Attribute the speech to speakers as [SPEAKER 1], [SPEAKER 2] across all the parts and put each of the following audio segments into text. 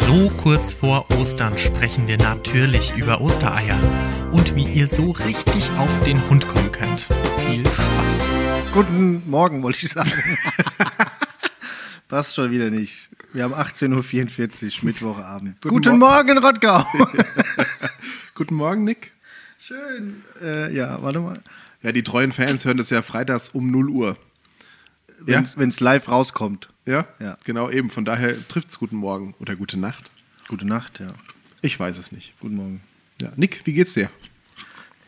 [SPEAKER 1] So kurz vor Ostern sprechen wir natürlich über Ostereier und wie ihr so richtig auf den Hund kommen könnt. Viel Spaß.
[SPEAKER 2] Guten Morgen, wollte ich sagen. Passt schon wieder nicht. Wir haben 18.44 Uhr, Mittwochabend. Guten,
[SPEAKER 3] Mo-
[SPEAKER 2] Morgen, Rottgau.
[SPEAKER 3] Guten Morgen, Nick.
[SPEAKER 2] Schön. Äh, ja, warte mal.
[SPEAKER 3] Ja, die treuen Fans hören das ja freitags um 0 Uhr. Ja?
[SPEAKER 2] Wenn es live rauskommt.
[SPEAKER 3] Ja?
[SPEAKER 2] Ja.
[SPEAKER 3] Genau, eben. Von daher trifft's guten Morgen oder gute Nacht.
[SPEAKER 2] Gute Nacht, ja.
[SPEAKER 3] Ich weiß es nicht.
[SPEAKER 2] Guten Morgen.
[SPEAKER 3] Ja. Nick, wie geht's dir?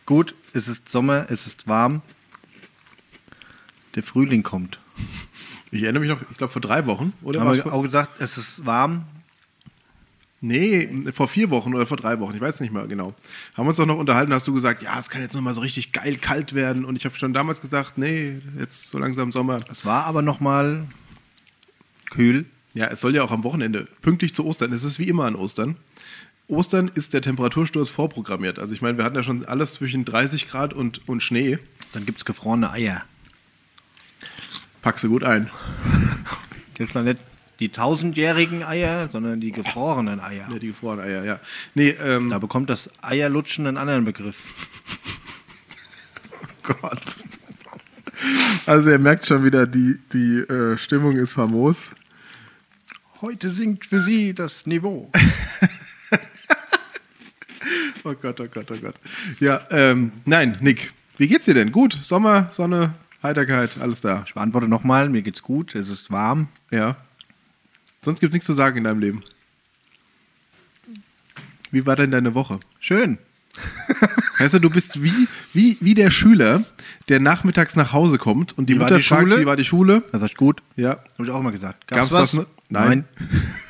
[SPEAKER 2] Gut, es ist Sommer, es ist warm. Der Frühling kommt.
[SPEAKER 3] Ich erinnere mich noch, ich glaube, vor drei Wochen, oder?
[SPEAKER 2] Haben
[SPEAKER 3] war's
[SPEAKER 2] wir
[SPEAKER 3] vor,
[SPEAKER 2] auch gesagt, es ist warm.
[SPEAKER 3] nee, vor vier Wochen oder vor drei Wochen, ich weiß nicht mal genau. Haben wir uns doch noch unterhalten, hast du gesagt, ja, es kann jetzt nochmal so richtig geil kalt werden. Und ich habe schon damals gesagt, nee, jetzt so langsam Sommer.
[SPEAKER 2] Es war aber nochmal kühl.
[SPEAKER 3] Ja, es soll ja auch am Wochenende, pünktlich zu Ostern, es ist wie immer an Ostern. Ostern ist der Temperatursturz vorprogrammiert. Also ich meine, wir hatten ja schon alles zwischen 30 Grad und, und Schnee.
[SPEAKER 2] Dann gibt es gefrorene Eier.
[SPEAKER 3] Packst du gut ein.
[SPEAKER 2] Gibt noch nicht die tausendjährigen Eier, sondern die gefrorenen Eier.
[SPEAKER 3] Ja, die gefrorenen Eier, Ah, ja. Nee, ähm,
[SPEAKER 2] Da bekommt das Eierlutschen einen anderen Begriff.
[SPEAKER 3] Gott. Also ihr merkt schon wieder, die, die äh, Stimmung ist famos.
[SPEAKER 2] Heute sinkt für Sie das Niveau.
[SPEAKER 3] Oh Gott, oh Gott, oh Gott. Ja, ähm, nein, Nick, wie geht's dir denn? Gut, Sommer, Sonne, Heiterkeit, alles da.
[SPEAKER 2] Ich beantworte nochmal, mir geht's gut, es ist warm.
[SPEAKER 3] Ja. Sonst gibt's nichts zu sagen in deinem Leben. Wie war denn deine Woche?
[SPEAKER 2] Schön.
[SPEAKER 3] Weißt du, du bist wie, wie, wie der Schüler, der nachmittags nach Hause kommt und die
[SPEAKER 2] Wie war
[SPEAKER 3] Mutter
[SPEAKER 2] die
[SPEAKER 3] fragt,
[SPEAKER 2] Schule?
[SPEAKER 3] wie war die Schule?
[SPEAKER 2] Das ist gut.
[SPEAKER 3] Ja.
[SPEAKER 2] Habe ich auch immer gesagt.
[SPEAKER 3] Gab's was? Ne? Nein.
[SPEAKER 2] Nein.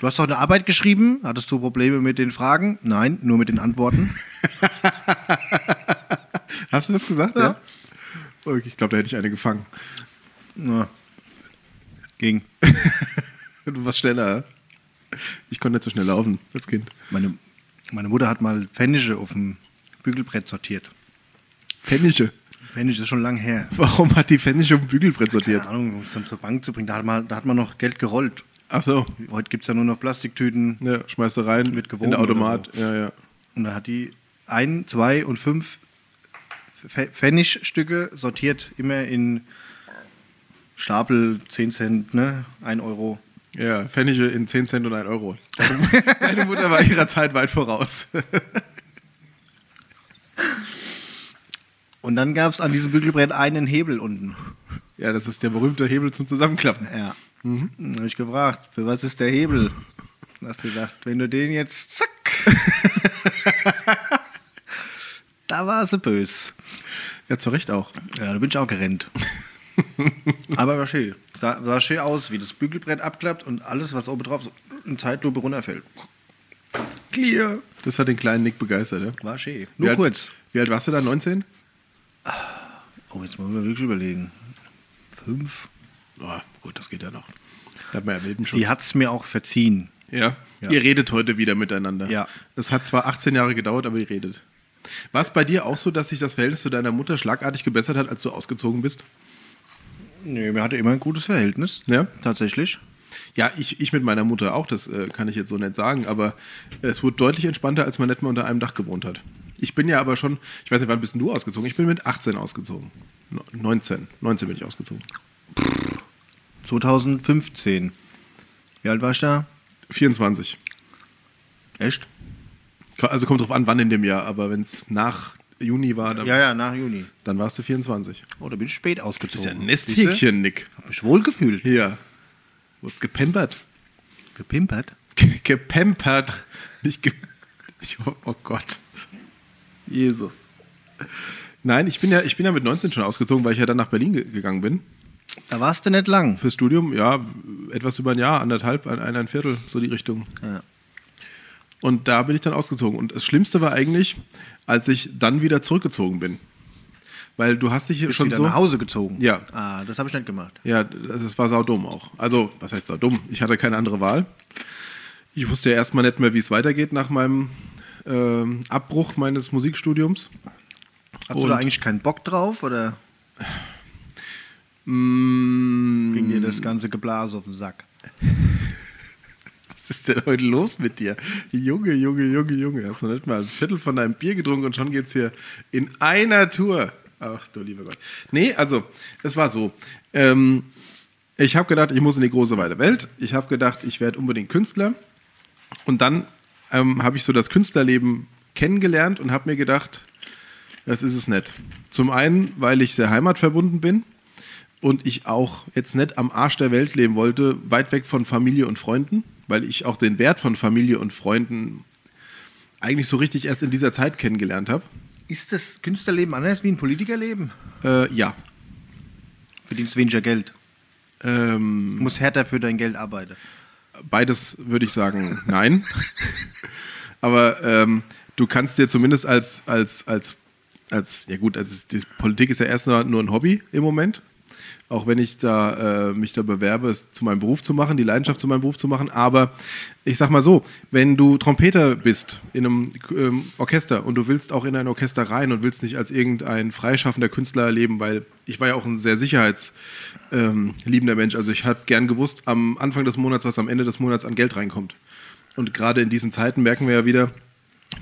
[SPEAKER 2] Du hast doch eine Arbeit geschrieben. Hattest du Probleme mit den Fragen? Nein, nur mit den Antworten.
[SPEAKER 3] Hast du das gesagt?
[SPEAKER 2] Ja.
[SPEAKER 3] Oh, Ich glaube, da hätte ich eine gefangen.
[SPEAKER 2] Na, ging.
[SPEAKER 3] Du warst schneller. Ich konnte nicht so schnell laufen als Kind.
[SPEAKER 2] Meine, meine Mutter hat mal Pfennige auf dem Bügelbrett sortiert.
[SPEAKER 3] Pfennige.
[SPEAKER 2] Pfennige ist schon lang her.
[SPEAKER 3] Warum hat die Pfennige auf dem Bügelbrett
[SPEAKER 2] Keine
[SPEAKER 3] sortiert?
[SPEAKER 2] Ahnung, um es dann zur Bank zu bringen. Da hat man, da hat man noch Geld gerollt.
[SPEAKER 3] Ach so.
[SPEAKER 2] Heute gibt es ja nur noch Plastiktüten.
[SPEAKER 3] Ja, schmeißt du rein.
[SPEAKER 2] Wird gewogen
[SPEAKER 3] in den Automat.
[SPEAKER 2] oder so.
[SPEAKER 3] Ja, ja.
[SPEAKER 2] Und da hat die ein, zwei und fünf Pf- Pfennigstücke sortiert, immer in Stapel, 10 Cent, ne? 1 Euro.
[SPEAKER 3] Ja, Pfennige in 10 Cent und 1 Euro. Deine, deine Mutter war ihrer Zeit weit voraus.
[SPEAKER 2] Und dann gab es an diesem Bügelbrett einen Hebel unten.
[SPEAKER 3] Ja, das ist der berühmte Hebel zum Zusammenklappen.
[SPEAKER 2] Ja.
[SPEAKER 3] Mhm.
[SPEAKER 2] Dann habe ich gefragt, für was ist der Hebel? Dann hast du gesagt, wenn du den jetzt zack. da war sie böse.
[SPEAKER 3] Ja, zu Recht auch.
[SPEAKER 2] Ja, da bin ich auch gerannt. Aber war schön. Sah, sah schön aus, wie das Bügelbrett abklappt und alles, was oben drauf so in Zeitlupe runterfällt. Clear.
[SPEAKER 3] Das hat den kleinen Nick begeistert, ja?
[SPEAKER 2] War schön.
[SPEAKER 3] Wie
[SPEAKER 2] Nur
[SPEAKER 3] alt-
[SPEAKER 2] kurz.
[SPEAKER 3] Wie alt warst du da? 19?
[SPEAKER 2] Oh, jetzt müssen wir wirklich überlegen. Fünf.
[SPEAKER 3] Oh, gut, das geht ja noch. Da hat man ja Mildenschutz.
[SPEAKER 2] Sie hat es mir auch verziehen.
[SPEAKER 3] ja.
[SPEAKER 2] Ja.
[SPEAKER 3] Ihr redet heute wieder miteinander.
[SPEAKER 2] Ja.
[SPEAKER 3] Es hat zwar 18 Jahre gedauert, aber ihr redet. War es bei dir auch so, dass sich das Verhältnis zu deiner Mutter schlagartig gebessert hat, als du ausgezogen bist?
[SPEAKER 2] Nee, wir hatten immer ein gutes Verhältnis.
[SPEAKER 3] Ja.
[SPEAKER 2] Tatsächlich.
[SPEAKER 3] Ja, ich, ich mit meiner Mutter auch, das äh, kann ich jetzt so nicht sagen, aber es wurde deutlich entspannter, als man nicht mehr unter einem Dach gewohnt hat. Ich bin ja aber schon, ich weiß nicht, wann bist denn du ausgezogen? Ich bin mit 18 ausgezogen. No- 19. 19 bin ich ausgezogen.
[SPEAKER 2] 2015. Wie alt war ich da?
[SPEAKER 3] 24.
[SPEAKER 2] Echt?
[SPEAKER 3] Also kommt drauf an, wann in dem Jahr, aber wenn es nach Juni war, dann,
[SPEAKER 2] Ja, ja, nach Juni.
[SPEAKER 3] dann warst du 24.
[SPEAKER 2] Oh, da bin ich spät ausgezogen.
[SPEAKER 3] Das ist ja ein Nesthäkchen, Nick.
[SPEAKER 2] Hab mich wohlgefühlt.
[SPEAKER 3] Hier. Wurd's gepampert.
[SPEAKER 2] Gepimpert.
[SPEAKER 3] Ge- Gepampert. Nicht ge ich, oh, oh Gott. Jesus. Nein, ich bin, ja, ich bin ja mit 19 schon ausgezogen, weil ich ja dann nach Berlin ge gegangen bin.
[SPEAKER 2] Da warst du nicht lang.
[SPEAKER 3] Fürs Studium, ja, etwas über ein Jahr, anderthalb, ein, ein, ein Viertel, so die Richtung.
[SPEAKER 2] Ja.
[SPEAKER 3] Und da bin ich dann ausgezogen. Und das Schlimmste war eigentlich, als ich dann wieder zurückgezogen bin. Weil du hast dich
[SPEAKER 2] Bist
[SPEAKER 3] schon
[SPEAKER 2] wieder
[SPEAKER 3] so.
[SPEAKER 2] nach Hause gezogen?
[SPEAKER 3] Ja.
[SPEAKER 2] Ah, das habe ich nicht gemacht.
[SPEAKER 3] Ja, das das war saudumm auch. Also, was heißt saudumm? Ich hatte keine andere Wahl. Ich wusste ja erstmal nicht mehr, wie es weitergeht nach meinem ähm, Abbruch meines Musikstudiums.
[SPEAKER 2] Hast
[SPEAKER 3] Und-
[SPEAKER 2] du da eigentlich keinen Bock drauf oder
[SPEAKER 3] Mm,
[SPEAKER 2] ging dir das ganze Geblase auf den Sack?
[SPEAKER 3] Was ist denn heute los mit dir? Junge, Junge, Junge, Junge. Hast du nicht mal ein Viertel von deinem Bier getrunken und schon geht's hier in einer Tour. Ach du lieber Gott. Nee, also, es war so. Ähm, ich habe gedacht, ich muss in die große weite Welt. Ich habe gedacht, ich werde unbedingt Künstler. Und dann ähm, habe ich so das Künstlerleben kennengelernt und habe mir gedacht, das ist es nicht. Zum einen, weil ich sehr heimatverbunden bin und ich auch jetzt nicht am Arsch der Welt leben wollte, weit weg von Familie und Freunden, weil ich auch den Wert von Familie und Freunden eigentlich so richtig erst in dieser Zeit kennengelernt habe.
[SPEAKER 2] Ist das Künstlerleben anders wie ein Politikerleben?
[SPEAKER 3] Äh, ja.
[SPEAKER 2] Verdienst weniger Geld.
[SPEAKER 3] Ähm,
[SPEAKER 2] Du musst härter für dein Geld arbeiten.
[SPEAKER 3] Beides würde ich sagen, nein. Aber ähm, du kannst dir zumindest als, als, als, als ja gut, also es- die Politik ist ja erstmal nur ein Hobby im Moment. Auch wenn ich da, äh, mich da bewerbe, es zu meinem Beruf zu machen, die Leidenschaft zu meinem Beruf zu machen. Aber ich sag mal so, wenn du Trompeter bist in einem ähm, Orchester und du willst auch in ein Orchester rein und willst nicht als irgendein freischaffender Künstler leben, weil ich war ja auch ein sehr sicherheits, ähm, liebender Mensch. Also ich habe gern gewusst am Anfang des Monats, was am Ende des Monats an Geld reinkommt. Und gerade in diesen Zeiten merken wir ja wieder,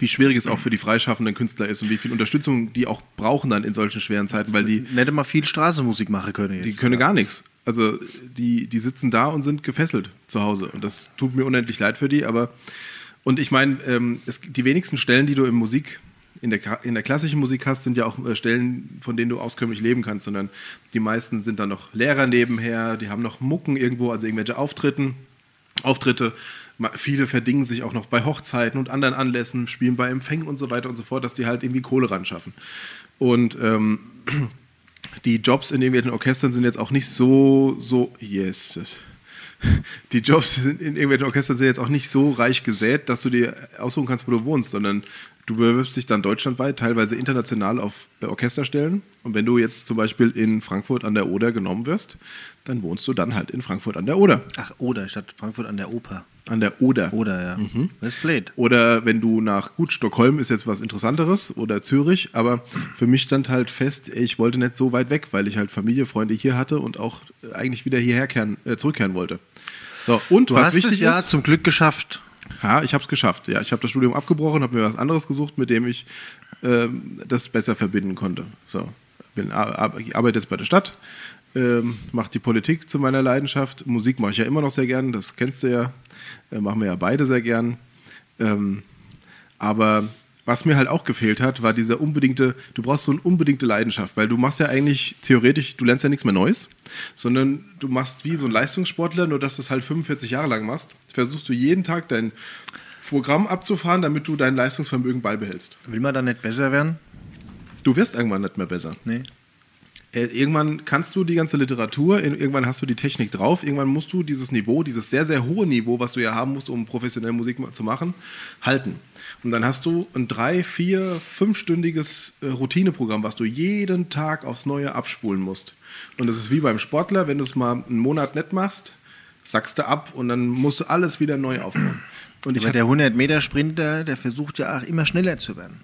[SPEAKER 3] wie schwierig es auch für die freischaffenden Künstler ist und wie viel Unterstützung die auch brauchen dann in solchen schweren Zeiten, weil die,
[SPEAKER 2] Nicht mal viel Straßenmusik machen können jetzt.
[SPEAKER 3] die können gar nichts. Also die, die sitzen da und sind gefesselt zu Hause. Und das tut mir unendlich leid für die, aber und ich meine, ähm, es- die wenigsten Stellen, die du in Musik, in der, Ka- in der klassischen Musik hast, sind ja auch äh, Stellen, von denen du auskömmlich leben kannst, sondern die meisten sind dann noch Lehrer nebenher, die haben noch Mucken irgendwo, also irgendwelche Auftritten, Auftritte. Ma- Viele verdingen sich auch noch bei Hochzeiten und anderen Anlässen, spielen bei Empfängen und so weiter und so fort, dass die halt irgendwie Kohle ran schaffen. Und ähm, die Jobs in irgendwelchen Orchestern sind jetzt auch nicht so, so, yes. Die Jobs sind in irgendwelchen Orchestern sind jetzt auch nicht so reich gesät, dass du dir aussuchen kannst, wo du wohnst, sondern du bewirbst dich dann deutschlandweit, teilweise international auf Orchesterstellen. Und wenn du jetzt zum Beispiel in Frankfurt an der Oder genommen wirst, dann wohnst du dann halt in Frankfurt an der Oder.
[SPEAKER 2] Ach, Oder, statt Frankfurt an der Oper.
[SPEAKER 3] An der Oder.
[SPEAKER 2] Oder, ja.
[SPEAKER 3] Mhm.
[SPEAKER 2] Das ist blöd.
[SPEAKER 3] Oder wenn du nach, gut, Stockholm ist jetzt was Interessanteres oder Zürich, aber für mich stand halt fest, ich wollte nicht so weit weg, weil ich halt Familie, Freunde hier hatte und auch eigentlich wieder hierher kehren, äh, zurückkehren wollte. So, und
[SPEAKER 2] Du
[SPEAKER 3] was
[SPEAKER 2] hast
[SPEAKER 3] wichtig
[SPEAKER 2] es ja
[SPEAKER 3] ist,
[SPEAKER 2] zum Glück geschafft.
[SPEAKER 3] ja, ich habe es geschafft. Ja, ich habe das Studium abgebrochen, habe mir was anderes gesucht, mit dem ich ähm, das besser verbinden konnte. So, bin, ar- ar- ich arbeite jetzt bei der Stadt, ähm, mache die Politik zu meiner Leidenschaft. Musik mache ich ja immer noch sehr gern, das kennst du ja. Äh, machen wir ja beide sehr gern. Ähm, aber was mir halt auch gefehlt hat, war dieser unbedingte, du brauchst so eine unbedingte Leidenschaft, weil du machst ja eigentlich theoretisch, du lernst ja nichts mehr Neues, sondern du machst wie so ein Leistungssportler, nur dass du es halt 45 Jahre lang machst, versuchst du jeden Tag dein Programm abzufahren, damit du dein Leistungsvermögen beibehältst.
[SPEAKER 2] Will man da nicht besser werden?
[SPEAKER 3] Du wirst irgendwann nicht mehr besser.
[SPEAKER 2] Nee.
[SPEAKER 3] Äh, irgendwann kannst du die ganze Literatur, ir- irgendwann hast du die Technik drauf, irgendwann musst du dieses Niveau, dieses sehr, sehr hohe Niveau, was du ja haben musst, um professionell Musik ma- zu machen, halten. Und dann hast du ein drei-, vier-, fünfstündiges äh, Routineprogramm, was du jeden Tag aufs Neue abspulen musst. Und das ist wie beim Sportler, wenn du es mal einen Monat nicht machst, sackst du ab und dann musst du alles wieder neu aufbauen. Und
[SPEAKER 2] Aber der 100-Meter-Sprinter, der versucht ja auch immer schneller zu werden.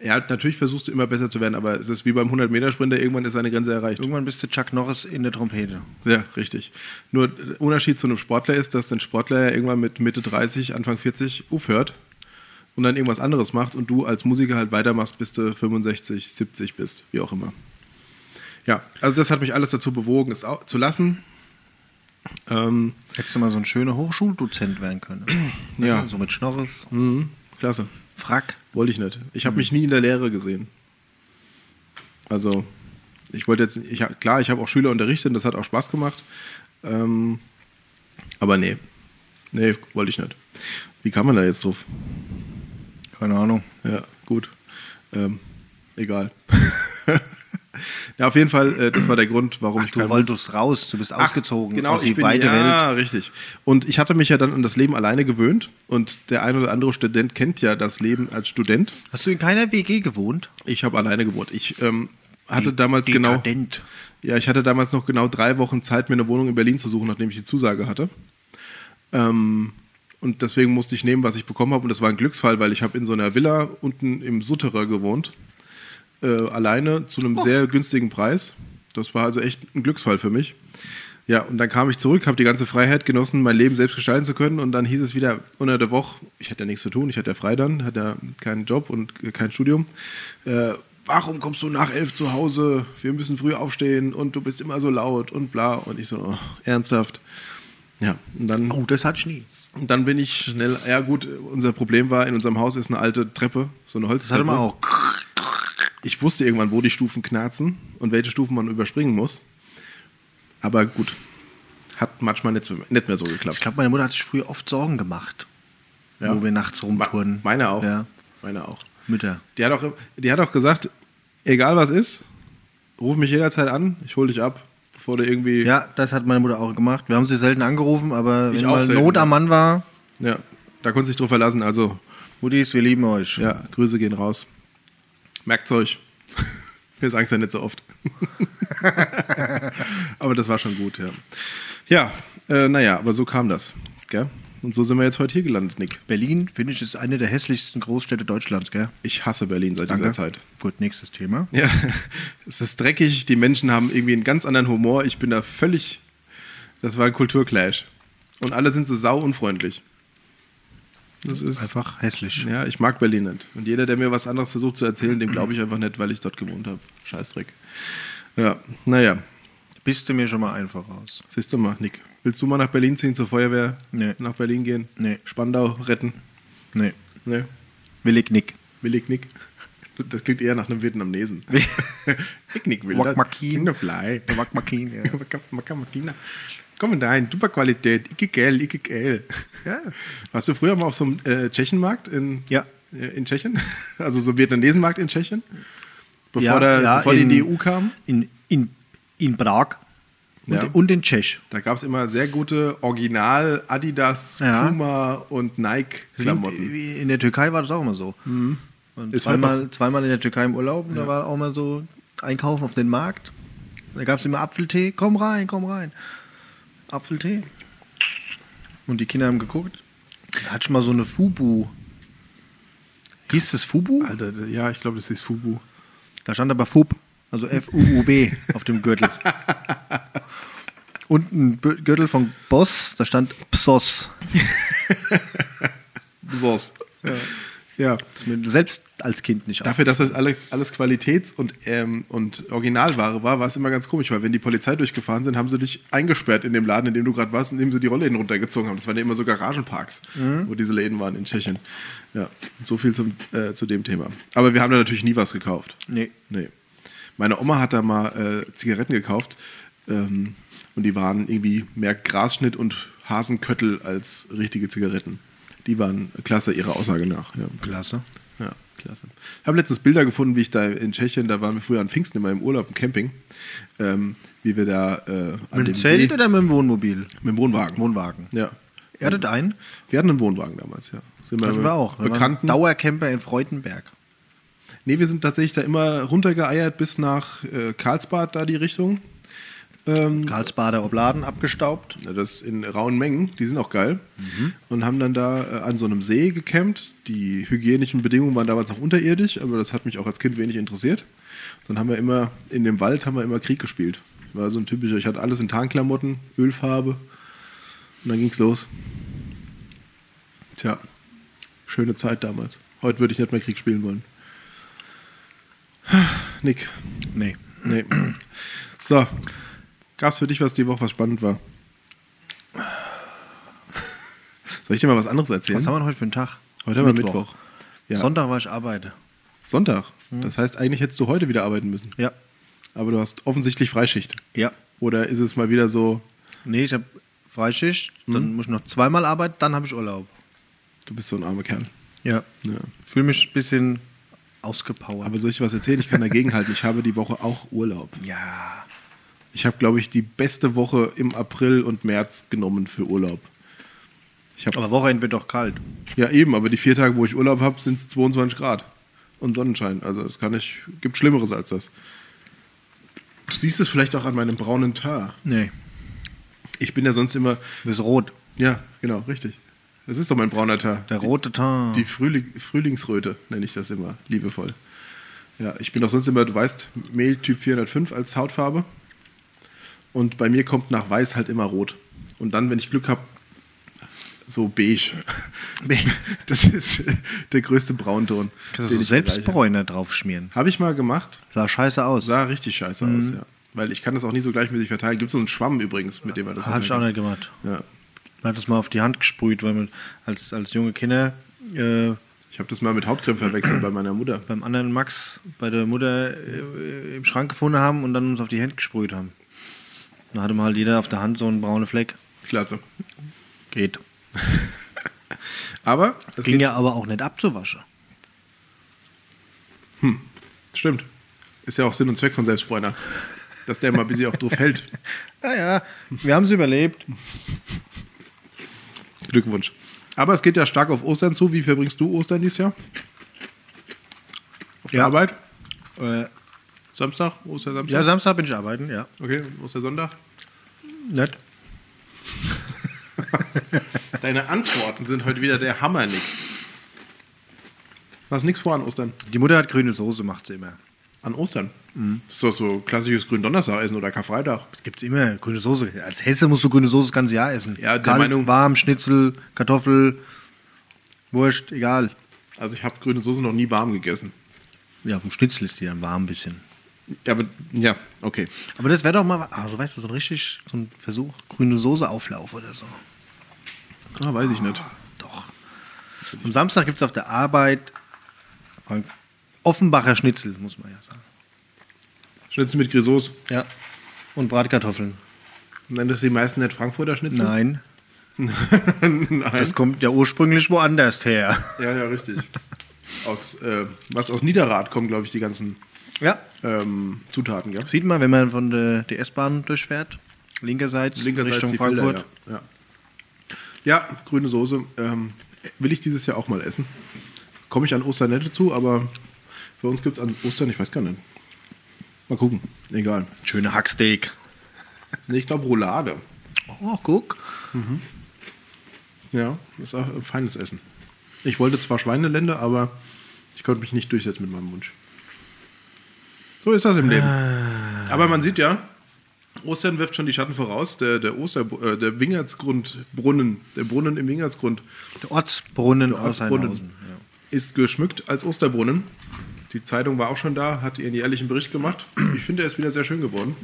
[SPEAKER 3] ja, natürlich versuchst du immer besser zu werden, aber es ist wie beim 100-Meter-Sprinter, irgendwann ist seine Grenze erreicht.
[SPEAKER 2] Irgendwann bist du Chuck Norris in der Trompete.
[SPEAKER 3] Ja, richtig. Nur der Unterschied zu einem Sportler ist, dass ein Sportler ja irgendwann mit Mitte 30, Anfang 40 aufhört und dann irgendwas anderes macht und du als Musiker halt weitermachst, bis du 65, 70 bist, wie auch immer. Ja, also das hat mich alles dazu bewogen, es au- zu lassen. Ähm,
[SPEAKER 2] Hättest du mal so ein schöner Hochschuldozent werden können.
[SPEAKER 3] Ja.
[SPEAKER 2] Also So mit Schnorris,
[SPEAKER 3] mhm, klasse.
[SPEAKER 2] Frack.
[SPEAKER 3] Wollte ich nicht. Ich
[SPEAKER 2] Hm.
[SPEAKER 3] habe mich nie in der Lehre gesehen. Also, ich wollte jetzt, ich, hab- klar, ich habe auch Schüler unterrichtet und das hat auch Spaß gemacht. Ähm, aber nee. Nee, wollte ich nicht. Wie kam man da jetzt drauf?
[SPEAKER 2] Keine Ahnung.
[SPEAKER 3] Ja, gut. Ähm, egal. ja, auf jeden Fall, äh, das war der Grund, warum
[SPEAKER 2] Ach,
[SPEAKER 3] ich
[SPEAKER 2] du
[SPEAKER 3] kein-
[SPEAKER 2] wolltest raus, du bist ausgezogen
[SPEAKER 3] genau,
[SPEAKER 2] aus
[SPEAKER 3] ich
[SPEAKER 2] die
[SPEAKER 3] bin,
[SPEAKER 2] weite Welt.
[SPEAKER 3] ja, richtig. Und ich hatte mich ja dann an das Leben alleine gewöhnt und der ein oder andere Student kennt ja das Leben als Student.
[SPEAKER 2] Hast du in keiner WG gewohnt?
[SPEAKER 3] Ich habe alleine gewohnt. Ich ähm, hatte
[SPEAKER 2] De-
[SPEAKER 3] damals genau,
[SPEAKER 2] dekadent.
[SPEAKER 3] ja, ich hatte damals noch genau drei Wochen Zeit, mir eine Wohnung in Berlin zu suchen, nachdem ich die Zusage hatte. Ähm, und deswegen musste ich nehmen, was ich bekommen habe. Und das war ein Glücksfall, weil ich habe in so einer Villa unten im Sutterer gewohnt, äh, alleine zu einem sehr günstigen Preis. Das war also echt ein Glücksfall für mich. Ja, und dann kam ich zurück, habe die ganze Freiheit genossen, mein Leben selbst gestalten zu können. Und dann hieß es wieder unter der Woche, ich hatte ja nichts zu tun, ich hatte ja frei dann, hatte ja keinen Job und kein Studium. Äh, warum kommst du nach elf zu Hause? Wir müssen früh aufstehen und du bist immer so laut und bla. Und ich so, oh, ernsthaft. Ja, und dann,
[SPEAKER 2] Oh, das hatte ich nie.
[SPEAKER 3] und dann bin ich schnell, ja gut, unser Problem war, in unserem Haus ist eine alte Treppe, so eine
[SPEAKER 2] Das
[SPEAKER 3] Holztreppe.
[SPEAKER 2] hatte man auch.
[SPEAKER 3] Ich wusste irgendwann, wo die Stufen knarzen und welche Stufen man überspringen muss. Aber gut, hat manchmal nicht, so- nicht mehr so geklappt.
[SPEAKER 2] Ich glaube, meine Mutter hat sich früher oft Sorgen gemacht,
[SPEAKER 3] Ja.
[SPEAKER 2] wo wir nachts rumtouren.
[SPEAKER 3] Meine auch.
[SPEAKER 2] Ja,
[SPEAKER 3] Meine auch.
[SPEAKER 2] Mütter.
[SPEAKER 3] Die hat auch, die hat auch gesagt, egal was ist, ruf mich jederzeit an, ich hole dich ab, bevor du irgendwie.
[SPEAKER 2] Ja, das hat meine Mutter auch gemacht. Wir haben sie selten angerufen, aber
[SPEAKER 3] Ich
[SPEAKER 2] wenn
[SPEAKER 3] auch
[SPEAKER 2] mal
[SPEAKER 3] selten,
[SPEAKER 2] Not
[SPEAKER 3] ja.
[SPEAKER 2] am Mann war,
[SPEAKER 3] Ja, da konntest du dich drauf verlassen. Also,
[SPEAKER 2] Muttis, wir lieben euch.
[SPEAKER 3] ja, Grüße gehen raus. Merkt's euch. Wir sagen es ja nicht so oft. aber das war schon gut, ja. Ja, äh, naja, aber so kam das. Gell? Und so sind wir jetzt heute hier gelandet, Nick.
[SPEAKER 2] Berlin, finde ich, ist eine der hässlichsten Großstädte Deutschlands, gell?
[SPEAKER 3] Ich hasse Berlin seit dieser Zeit.
[SPEAKER 2] Gut, nächstes Thema.
[SPEAKER 3] Ja, es ist dreckig, die Menschen haben irgendwie einen ganz anderen Humor. Ich bin da völlig. Das war ein Kulturclash. Und alle sind so sau unfreundlich. Das ist.
[SPEAKER 2] Einfach hässlich.
[SPEAKER 3] Ja, ich mag Berlin nicht. Und jeder, der mir was anderes versucht zu erzählen, dem glaube ich einfach nicht, weil ich dort gewohnt habe. Scheißdreck. Ja, naja,
[SPEAKER 2] Bist du mir schon mal einfach raus?
[SPEAKER 3] siehst du mal, Nick. Willst du mal nach Berlin ziehen, zur Feuerwehr?
[SPEAKER 2] Nee.
[SPEAKER 3] Nach Berlin gehen?
[SPEAKER 2] Nee.
[SPEAKER 3] Spandau retten?
[SPEAKER 2] Nee.
[SPEAKER 3] Nee.
[SPEAKER 2] Willig Nick.
[SPEAKER 3] Willig Nick. Das klingt eher nach einem Vietnamesen. Nick Nick will.
[SPEAKER 2] Wak Makin.
[SPEAKER 3] In der Fly.
[SPEAKER 2] Mag Makin, ja.
[SPEAKER 3] Makamatina. Komm rein, super Qualität, IGL, IGL.
[SPEAKER 2] Ja.
[SPEAKER 3] Warst du früher mal auf so einem äh, Tschechenmarkt in,
[SPEAKER 2] Ja.
[SPEAKER 3] äh, in Tschechien? Also so Vietnamesenmarkt in Tschechien? Bevor,
[SPEAKER 2] Ja,
[SPEAKER 3] der,
[SPEAKER 2] ja,
[SPEAKER 3] bevor die E in die EU kam?
[SPEAKER 2] In, in, in Prag und,
[SPEAKER 3] Ja.
[SPEAKER 2] und in Tschech.
[SPEAKER 3] Da gab es immer sehr gute Original Adidas,
[SPEAKER 2] Ja.
[SPEAKER 3] Puma und Nike-Klamotten.
[SPEAKER 2] Wie In der Türkei war das auch immer so. Und
[SPEAKER 3] Mhm. Ist halt
[SPEAKER 2] zweimal, zweimal in der Türkei im Urlaub und da war auch mal so einkaufen auf den Markt. Da gab es immer Apfeltee. Komm rein, komm rein. Apfeltee. Und die Kinder haben geguckt. Da hat schon mal so eine Fubu. Hieß das Fubu?
[SPEAKER 3] Alter, ja, ich glaube, das ist Fubu.
[SPEAKER 2] Da stand aber Fub, also F-U-U-B auf dem Gürtel. Und ein Bö- Gürtel von Boss, da stand Psos.
[SPEAKER 3] Sauce. ja.
[SPEAKER 2] Das ist mir selbst als Kind nicht
[SPEAKER 3] Dafür, dass das alle, alles Qualitäts- und, ähm, und Originalware war, war es immer ganz komisch, weil wenn die Polizei durchgefahren sind, haben sie dich eingesperrt in dem Laden, in dem du gerade warst, indem sie die Rollläden runtergezogen haben. Das waren ja immer so Garagenparks, wo diese Läden waren in Tschechien. Ja, so viel zum, äh, zu dem Thema. Aber wir haben da natürlich nie was gekauft.
[SPEAKER 2] Nee.
[SPEAKER 3] Nee. Meine Oma hat da mal äh, Zigaretten gekauft ähm, und die waren irgendwie mehr Grasschnitt und Hasenköttel als richtige Zigaretten. Die waren klasse ihrer Aussage nach. Ja.
[SPEAKER 2] Klasse.
[SPEAKER 3] Ja, klasse. Ich habe letztens Bilder gefunden, wie ich da in Tschechien, da waren wir früher an Pfingsten immer im Urlaub, im Camping, ähm, wie wir da äh, an
[SPEAKER 2] Mit
[SPEAKER 3] dem
[SPEAKER 2] dem Zelt
[SPEAKER 3] See,
[SPEAKER 2] oder mit dem Wohnmobil?
[SPEAKER 3] mit dem Wohnwagen.
[SPEAKER 2] Wohnwagen.
[SPEAKER 3] ja.
[SPEAKER 2] Er
[SPEAKER 3] Hm.
[SPEAKER 2] hattet einen?
[SPEAKER 3] Wir hatten einen Wohnwagen damals, ja. Sind
[SPEAKER 2] Hatten
[SPEAKER 3] mit
[SPEAKER 2] wir auch. Wir waren
[SPEAKER 3] Bekannten.
[SPEAKER 2] Dauercamper in Freudenberg.
[SPEAKER 3] Nee, wir sind tatsächlich da immer runtergeeiert bis nach äh, Karlsbad, da die Richtung. Ähm,
[SPEAKER 2] Karlsbader Obladen abgestaubt.
[SPEAKER 3] Na, Das in rauen Mengen, die sind auch geil. Und haben dann da äh, an so einem See gecampt. Die hygienischen Bedingungen waren damals noch unterirdisch, aber das hat mich auch als Kind wenig interessiert. Dann haben wir immer, in dem Wald haben wir immer Krieg gespielt. War so ein typischer, ich hatte alles in Tarnklamotten, Ölfarbe. Und dann ging's los. Tja, schöne Zeit damals. Heute würde ich nicht mehr Krieg spielen wollen. Nick,
[SPEAKER 2] Nee.
[SPEAKER 3] nee. So, gab's für dich was die Woche, was spannend war? Soll ich dir mal was anderes erzählen?
[SPEAKER 2] Was haben wir denn heute für einen Tag?
[SPEAKER 3] Heute haben wir Mittwoch. Ja.
[SPEAKER 2] Sonntag war ich arbeite.
[SPEAKER 3] Sonntag. Das heißt, eigentlich hättest du heute wieder arbeiten müssen.
[SPEAKER 2] Ja.
[SPEAKER 3] Aber du hast offensichtlich Freischicht.
[SPEAKER 2] Ja.
[SPEAKER 3] Oder ist es mal wieder so,
[SPEAKER 2] Nee, ich habe Freischicht.
[SPEAKER 3] Hm.
[SPEAKER 2] Dann muss ich noch zweimal arbeiten, dann habe ich Urlaub.
[SPEAKER 3] du bist so ein armer Kerl?
[SPEAKER 2] Ja.
[SPEAKER 3] Ja.
[SPEAKER 2] Fühle mich ein bisschen ausgepowert.
[SPEAKER 3] Aber soll ich was erzählen? Ich kann dagegenhalten. Ich habe die Woche auch Urlaub.
[SPEAKER 2] ja.
[SPEAKER 3] Ich habe, glaube ich, die beste Woche im April und März genommen für Urlaub. Ich habe
[SPEAKER 2] Aber Wochenende wird doch kalt.
[SPEAKER 3] Ja, eben, aber die vier Tage, wo ich Urlaub habe, sind es 22 Grad und Sonnenschein. Also es kann nicht, gibt Schlimmeres als das. Du siehst es vielleicht auch an meinem braunen Tar.
[SPEAKER 2] Nee.
[SPEAKER 3] Ich bin ja sonst immer,
[SPEAKER 2] Du bist rot.
[SPEAKER 3] ja, genau, richtig. Das ist doch mein brauner Tar.
[SPEAKER 2] Der rote Teint.
[SPEAKER 3] Die Frühling, Frühlingsröte nenne ich das immer, liebevoll. Ja, ich bin auch sonst immer, du weißt, Mehltyp 405 als Hautfarbe. Und bei mir kommt nach weiß halt immer rot. Und dann, wenn ich Glück habe, so beige. Das ist äh, der größte Braunton.
[SPEAKER 2] Kannst du
[SPEAKER 3] den
[SPEAKER 2] so
[SPEAKER 3] ich
[SPEAKER 2] selbst
[SPEAKER 3] erreiche.
[SPEAKER 2] Bräune drauf schmieren.
[SPEAKER 3] Habe ich mal gemacht.
[SPEAKER 2] Sah scheiße aus.
[SPEAKER 3] Sah richtig scheiße aus,
[SPEAKER 2] Mhm.
[SPEAKER 3] ja. Weil ich kann das auch nie so gleichmäßig verteilen. Gibt es so einen Schwamm übrigens, mit dem man das
[SPEAKER 2] Habe ich auch nicht gemacht.
[SPEAKER 3] Ja.
[SPEAKER 2] Man hat das mal auf die Hand gesprüht, weil man als, als junge Kinder äh,
[SPEAKER 3] Ich habe das mal mit Hautcreme verwechselt bei meiner Mutter.
[SPEAKER 2] beim anderen Max bei der Mutter äh, im Schrank gefunden haben und dann uns auf die Hände gesprüht haben. Dann hatte mal halt jeder auf der Hand so einen braunen Fleck.
[SPEAKER 3] Klasse.
[SPEAKER 2] Geht.
[SPEAKER 3] Aber es
[SPEAKER 2] Ging
[SPEAKER 3] geht,
[SPEAKER 2] ja aber auch nicht abzuwaschen.
[SPEAKER 3] stimmt. Ist ja auch Sinn und Zweck von Selbstbräuner. Dass der mal ein bisschen auch drauf hält.
[SPEAKER 2] Ja, ja, wir haben es überlebt.
[SPEAKER 3] Glückwunsch. Aber es geht ja stark auf Ostern zu. Wie verbringst du Ostern dieses Jahr? Auf der
[SPEAKER 2] Ja.
[SPEAKER 3] Arbeit?
[SPEAKER 2] Äh,
[SPEAKER 3] Samstag? Ostersamstag?
[SPEAKER 2] ja, Samstag bin ich arbeiten, ja.
[SPEAKER 3] Okay, Ostersonntag?
[SPEAKER 2] Nett.
[SPEAKER 3] Deine Antworten sind heute wieder der Hammer, Nick. Hast nichts vor an Ostern?
[SPEAKER 2] Die Mutter hat grüne Soße, macht sie immer.
[SPEAKER 3] An Ostern? Das ist doch so klassisches Gründonnerstagessen oder Karfreitag.
[SPEAKER 2] Das gibt's immer, grüne Soße. Als Hesse musst du grüne Soße das ganze Jahr essen.
[SPEAKER 3] Ja, der
[SPEAKER 2] Kalt,
[SPEAKER 3] Meinung-
[SPEAKER 2] warm, Schnitzel, Kartoffel, Wurst, egal.
[SPEAKER 3] Also ich habe grüne Soße noch nie warm gegessen.
[SPEAKER 2] Ja, vom Schnitzel ist die dann warm ein bisschen.
[SPEAKER 3] Ja, aber ja, okay.
[SPEAKER 2] Aber das wäre doch mal, also weißt du, so ein richtig, so ein Versuch, grüne Soße Auflauf oder so.
[SPEAKER 3] Ah, weiß ich nicht.
[SPEAKER 2] Doch. Am Samstag gibt es auf der Arbeit ein Offenbacher Schnitzel, muss man ja sagen.
[SPEAKER 3] Schnitzel mit Grisauce.
[SPEAKER 2] Ja. Und Bratkartoffeln.
[SPEAKER 3] Nennen das die meisten nicht Frankfurter Schnitzel?
[SPEAKER 2] Nein,
[SPEAKER 3] Nein.
[SPEAKER 2] das kommt ja ursprünglich woanders her.
[SPEAKER 3] Ja, ja, richtig. Aus, äh, was aus Niederrad kommen, glaube ich, die ganzen
[SPEAKER 2] Ja.
[SPEAKER 3] ähm, Zutaten, gell?
[SPEAKER 2] Sieht man, wenn man von der, der S-Bahn durchfährt, linkerseits,
[SPEAKER 3] Linkerseits
[SPEAKER 2] Richtung
[SPEAKER 3] die
[SPEAKER 2] Frankfurt.
[SPEAKER 3] Felder, ja. Ja. ja, grüne Soße. Ähm, will ich dieses Jahr auch mal essen. Komme ich an Ostern nicht dazu, aber für uns gibt es an Ostern, ich weiß gar nicht. Mal gucken. Egal.
[SPEAKER 2] Schöne Hacksteak.
[SPEAKER 3] Nee, ich glaube Roulade.
[SPEAKER 2] Oh, guck.
[SPEAKER 3] Ja, ist auch ein feines Essen. Ich wollte zwar Schweinelende, aber ich konnte mich nicht durchsetzen mit meinem Wunsch. So ist das im Leben. Aber man sieht ja, Ostern wirft schon die Schatten voraus. Der, der, Oster, äh, der Wingertsgrundbrunnen, der Brunnen im Wingertsgrund
[SPEAKER 2] Der Ortsbrunnen aus
[SPEAKER 3] Ortsbrunnen.
[SPEAKER 2] Heinhausen. Ja.
[SPEAKER 3] ist geschmückt als Osterbrunnen. Die Zeitung war auch schon da, hat ihren jährlichen Bericht gemacht. Ich finde, er ist wieder sehr schön geworden.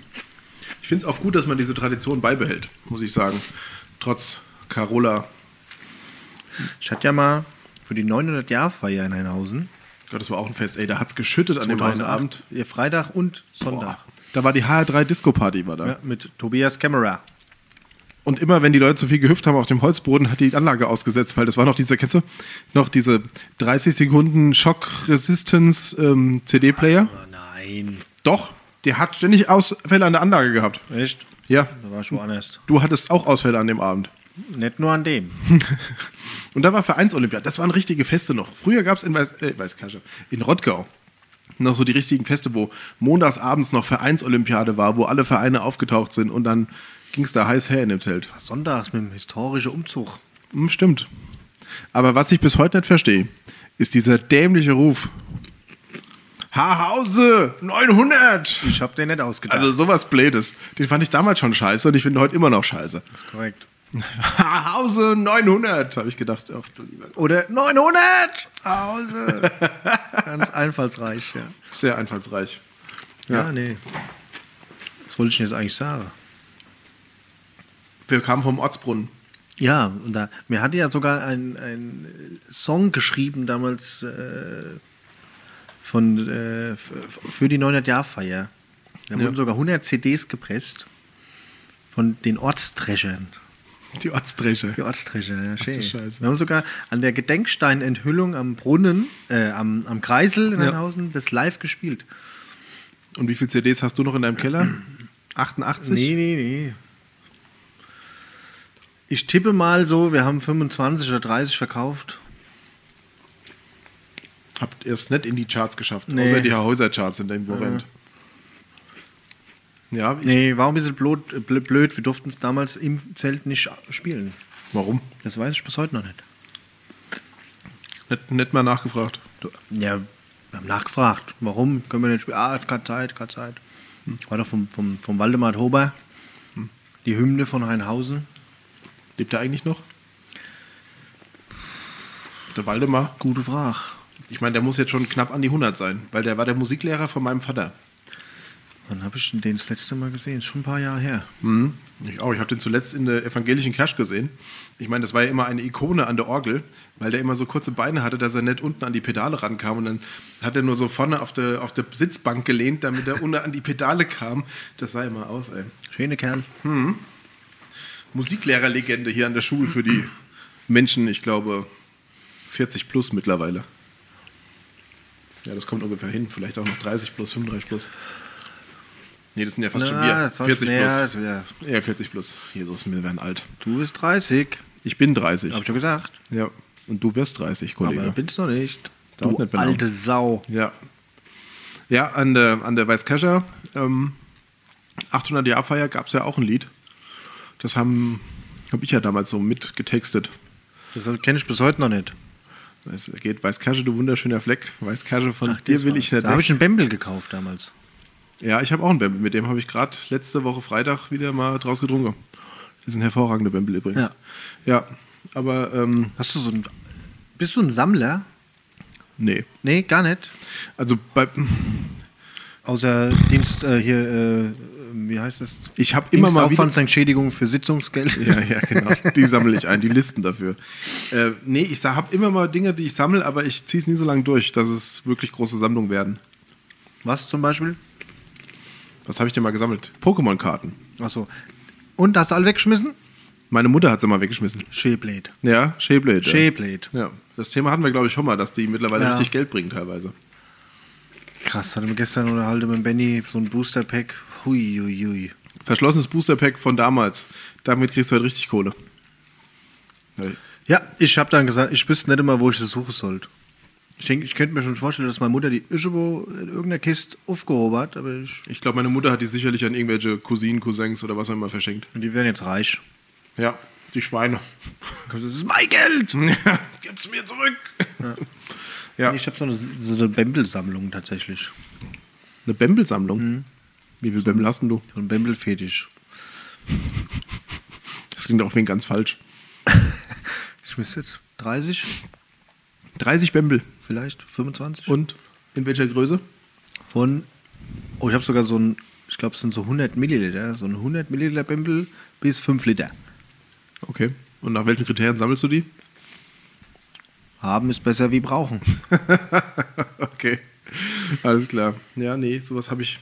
[SPEAKER 3] Ich finde es auch gut, dass man diese Tradition beibehält, muss ich sagen. Trotz Carola.
[SPEAKER 2] Ich hatte ja mal für die 900-Jahr-Feier in Heinhausen.
[SPEAKER 3] Gott, das war auch ein Fest. Ey, da hat es geschüttet an dem einen
[SPEAKER 2] 2008,
[SPEAKER 3] Abend.
[SPEAKER 2] ja, Freitag und Sonntag.
[SPEAKER 3] Boah. Da war die HR3 Disco Party, war da.
[SPEAKER 2] Ja, mit Tobias Camera.
[SPEAKER 3] Und immer, wenn die Leute zu viel gehüpft haben auf dem Holzboden, hat die Anlage ausgesetzt, weil das war noch diese, kennst du, noch diese 30 Sekunden Shock Resistance ähm, CD-Player.
[SPEAKER 2] Oh nein.
[SPEAKER 3] Doch, der hat ständig Ausfälle an der Anlage gehabt.
[SPEAKER 2] Echt?
[SPEAKER 3] Ja.
[SPEAKER 2] Da war ich woanders.
[SPEAKER 3] Du hattest auch Ausfälle an dem Abend.
[SPEAKER 2] Nicht nur an dem.
[SPEAKER 3] Und da war Vereinsolympiade. Das waren richtige Feste noch. Früher gab es in, Weiß, äh, Weißkirche, in Rottgau noch so die richtigen Feste, wo montags abends noch Vereinsolympiade war, wo alle Vereine aufgetaucht sind und dann ging es da heiß her in dem Zelt.
[SPEAKER 2] Sonntags mit dem historischen Umzug.
[SPEAKER 3] Hm, stimmt. Aber was ich bis heute nicht verstehe, ist dieser dämliche Ruf. Haarhause 900!
[SPEAKER 2] Ich hab den nicht ausgedacht.
[SPEAKER 3] Also sowas Blödes. Den fand ich damals schon scheiße und ich finde ihn heute immer noch scheiße.
[SPEAKER 2] das ist korrekt.
[SPEAKER 3] Haarhause 900, habe ich gedacht. Ach, du lieber.
[SPEAKER 2] Oder 900! Hause! Ganz einfallsreich, ja.
[SPEAKER 3] Sehr einfallsreich.
[SPEAKER 2] ja.
[SPEAKER 3] Ja.
[SPEAKER 2] nee. Was wollte ich denn jetzt eigentlich sagen?
[SPEAKER 3] Wir kamen vom Ortsbrunnen.
[SPEAKER 2] Ja, und da, mir hatte ja sogar ein, ein Song geschrieben damals äh, von, äh, f- für die 900-Jahr-Feier. Da wurden sogar 100 CDs gepresst von den Ortstreschern.
[SPEAKER 3] Die Ortsdresche.
[SPEAKER 2] Die Ortstrecher, ja, schön.
[SPEAKER 3] Scheiße.
[SPEAKER 2] Wir haben sogar an der Gedenksteinenthüllung am Brunnen, äh, am, am Kreisel in
[SPEAKER 3] Ja.
[SPEAKER 2] Heinhausen, das live gespielt.
[SPEAKER 3] Und wie viele CDs hast du noch in deinem Keller? 88?
[SPEAKER 2] Nee, nee, nee. Ich tippe mal so, wir haben 25 oder 30 verkauft.
[SPEAKER 3] Habt ihr es nicht in die Charts geschafft?
[SPEAKER 2] Nee.
[SPEAKER 3] Außer die Häuser-Charts in dem Moment. Ja, ich,
[SPEAKER 2] Äh. Nee, war ein bisschen blöd. bl- blöd. Wir durften es damals im Zelt nicht spielen.
[SPEAKER 3] warum?
[SPEAKER 2] Das weiß ich bis heute noch nicht.
[SPEAKER 3] Nicht, nicht mal nachgefragt. Du-
[SPEAKER 2] Ja, wir haben nachgefragt. Hm. Warum können wir nicht spielen? Ah, keine Zeit, keine Zeit. War doch vom, vom, vom Waldemar Hober. Die Hymne von Heinhausen.
[SPEAKER 3] Lebt er eigentlich noch? Der Waldemar.
[SPEAKER 2] Gute Frage.
[SPEAKER 3] Ich meine, der muss jetzt schon knapp an die 100 sein, weil der war der Musiklehrer von meinem Vater.
[SPEAKER 2] Wann habe ich denn den das letzte Mal gesehen? Ist schon ein paar Jahre her.
[SPEAKER 3] Mhm. Ich auch. Ich habe den zuletzt in der evangelischen Kirche gesehen. Ich meine, das war ja immer eine Ikone an der Orgel, weil der immer so kurze Beine hatte, dass er nicht unten an die Pedale rankam. Und dann hat er nur so vorne auf der, auf der Sitzbank gelehnt, damit er unten an die Pedale kam. Das sah immer aus, ey.
[SPEAKER 2] Schöne Kerl.
[SPEAKER 3] Musiklehrerlegende hier an der Schule für die Menschen, ich glaube, 40 plus mittlerweile. Ja, das kommt ungefähr hin. Vielleicht auch noch 30 plus, 35 plus. Nee, das sind ja fast schon wir.
[SPEAKER 2] das soll-
[SPEAKER 3] 40
[SPEAKER 2] ja,
[SPEAKER 3] plus.
[SPEAKER 2] Ja,
[SPEAKER 3] Ja, 40 plus. Jesus, wir werden alt.
[SPEAKER 2] du bist 30.
[SPEAKER 3] Ich bin 30.
[SPEAKER 2] Hab ich schon gesagt.
[SPEAKER 3] Ja. Und du wirst 30, Kollege.
[SPEAKER 2] Aber bin's noch nicht.
[SPEAKER 3] Dauert
[SPEAKER 2] du
[SPEAKER 3] nicht mehr lang.
[SPEAKER 2] alte Sau.
[SPEAKER 3] Ja. Ja, an der, an der Weißkescher ähm, 800-Jahr-Feier gab es ja auch ein Lied. Das haben habe ich ja damals so mitgetextet.
[SPEAKER 2] Das kenne ich bis heute noch nicht.
[SPEAKER 3] Es geht Weißkescher, du wunderschöner Fleck. Weißkescher, von
[SPEAKER 2] Ach,
[SPEAKER 3] dir
[SPEAKER 2] das
[SPEAKER 3] will
[SPEAKER 2] war-
[SPEAKER 3] ich nicht
[SPEAKER 2] Da habe
[SPEAKER 3] weg.
[SPEAKER 2] ich einen Bembel gekauft damals.
[SPEAKER 3] Ja, ich habe auch einen Bembel. Mit dem habe ich gerade letzte Woche Freitag wieder mal draus getrunken. Das ist ein hervorragender Bembel übrigens.
[SPEAKER 2] Ja.
[SPEAKER 3] ja aber ähm,
[SPEAKER 2] Hast du so ein. Bist du ein Sammler?
[SPEAKER 3] nee.
[SPEAKER 2] Nee, gar nicht.
[SPEAKER 3] Also bei,
[SPEAKER 2] Außer Dienst äh, hier, äh, wie heißt das?
[SPEAKER 3] ich habe immer mal wieder...
[SPEAKER 2] Dienstaufwandsentschädigung für Sitzungsgeld.
[SPEAKER 3] Ja, ja, genau. Die sammle ich ein, die Listen dafür. Äh, nee, ich habe immer mal Dinge, die ich sammle, aber ich ziehe es nie so lange durch, dass es wirklich große Sammlungen werden.
[SPEAKER 2] Was zum Beispiel?
[SPEAKER 3] Was habe ich denn mal gesammelt? Pokémon-Karten.
[SPEAKER 2] Achso. Und hast du alle weggeschmissen?
[SPEAKER 3] Meine Mutter hat sie mal weggeschmissen.
[SPEAKER 2] Sheblade.
[SPEAKER 3] Ja, Shablade.
[SPEAKER 2] Sheblade.
[SPEAKER 3] Ja, das Thema hatten wir, glaube ich, schon mal, dass die mittlerweile
[SPEAKER 2] Ja.
[SPEAKER 3] richtig Geld bringen teilweise.
[SPEAKER 2] Krass, hatten wir gestern oder halt mit Benny so ein Booster Pack. Hui, hui, hui.
[SPEAKER 3] Verschlossenes Booster-Pack von damals. Damit kriegst du halt richtig Kohle. Ja,
[SPEAKER 2] Ja, ich habe dann gesagt, ich wüsste nicht immer, wo ich das suchen sollte. Ich denke, ich könnte mir schon vorstellen, dass meine Mutter die irgendwo in irgendeiner Kiste aufgehoben hat, aber ich,
[SPEAKER 3] Ich glaube, meine Mutter hat die sicherlich an irgendwelche Cousinen, Cousins oder was auch immer verschenkt.
[SPEAKER 2] die werden jetzt reich.
[SPEAKER 3] Ja, die Schweine.
[SPEAKER 2] Das ist mein Geld!
[SPEAKER 3] Ja, Gib's mir zurück. Ja.
[SPEAKER 2] Ich habe so eine, so eine Bembel-Sammlung tatsächlich.
[SPEAKER 3] Eine Bembel-Sammlung?
[SPEAKER 2] Mhm.
[SPEAKER 3] Wie viel Bembel hast denn du?
[SPEAKER 2] So ein Bembel-Fetisch.
[SPEAKER 3] Das klingt auf wen ganz falsch.
[SPEAKER 2] Ich müsste jetzt 30,
[SPEAKER 3] 30 Bembel.
[SPEAKER 2] vielleicht 25.
[SPEAKER 3] Und in welcher Größe?
[SPEAKER 2] Von, oh, ich habe sogar so ein, ich glaube, es sind so 100 Milliliter, so ein 100 Milliliter Bembel bis 5 Liter.
[SPEAKER 3] Okay. Und nach welchen Kriterien sammelst du die?
[SPEAKER 2] Haben ist besser wie brauchen.
[SPEAKER 3] okay. Alles klar. Ja, nee, sowas habe ich,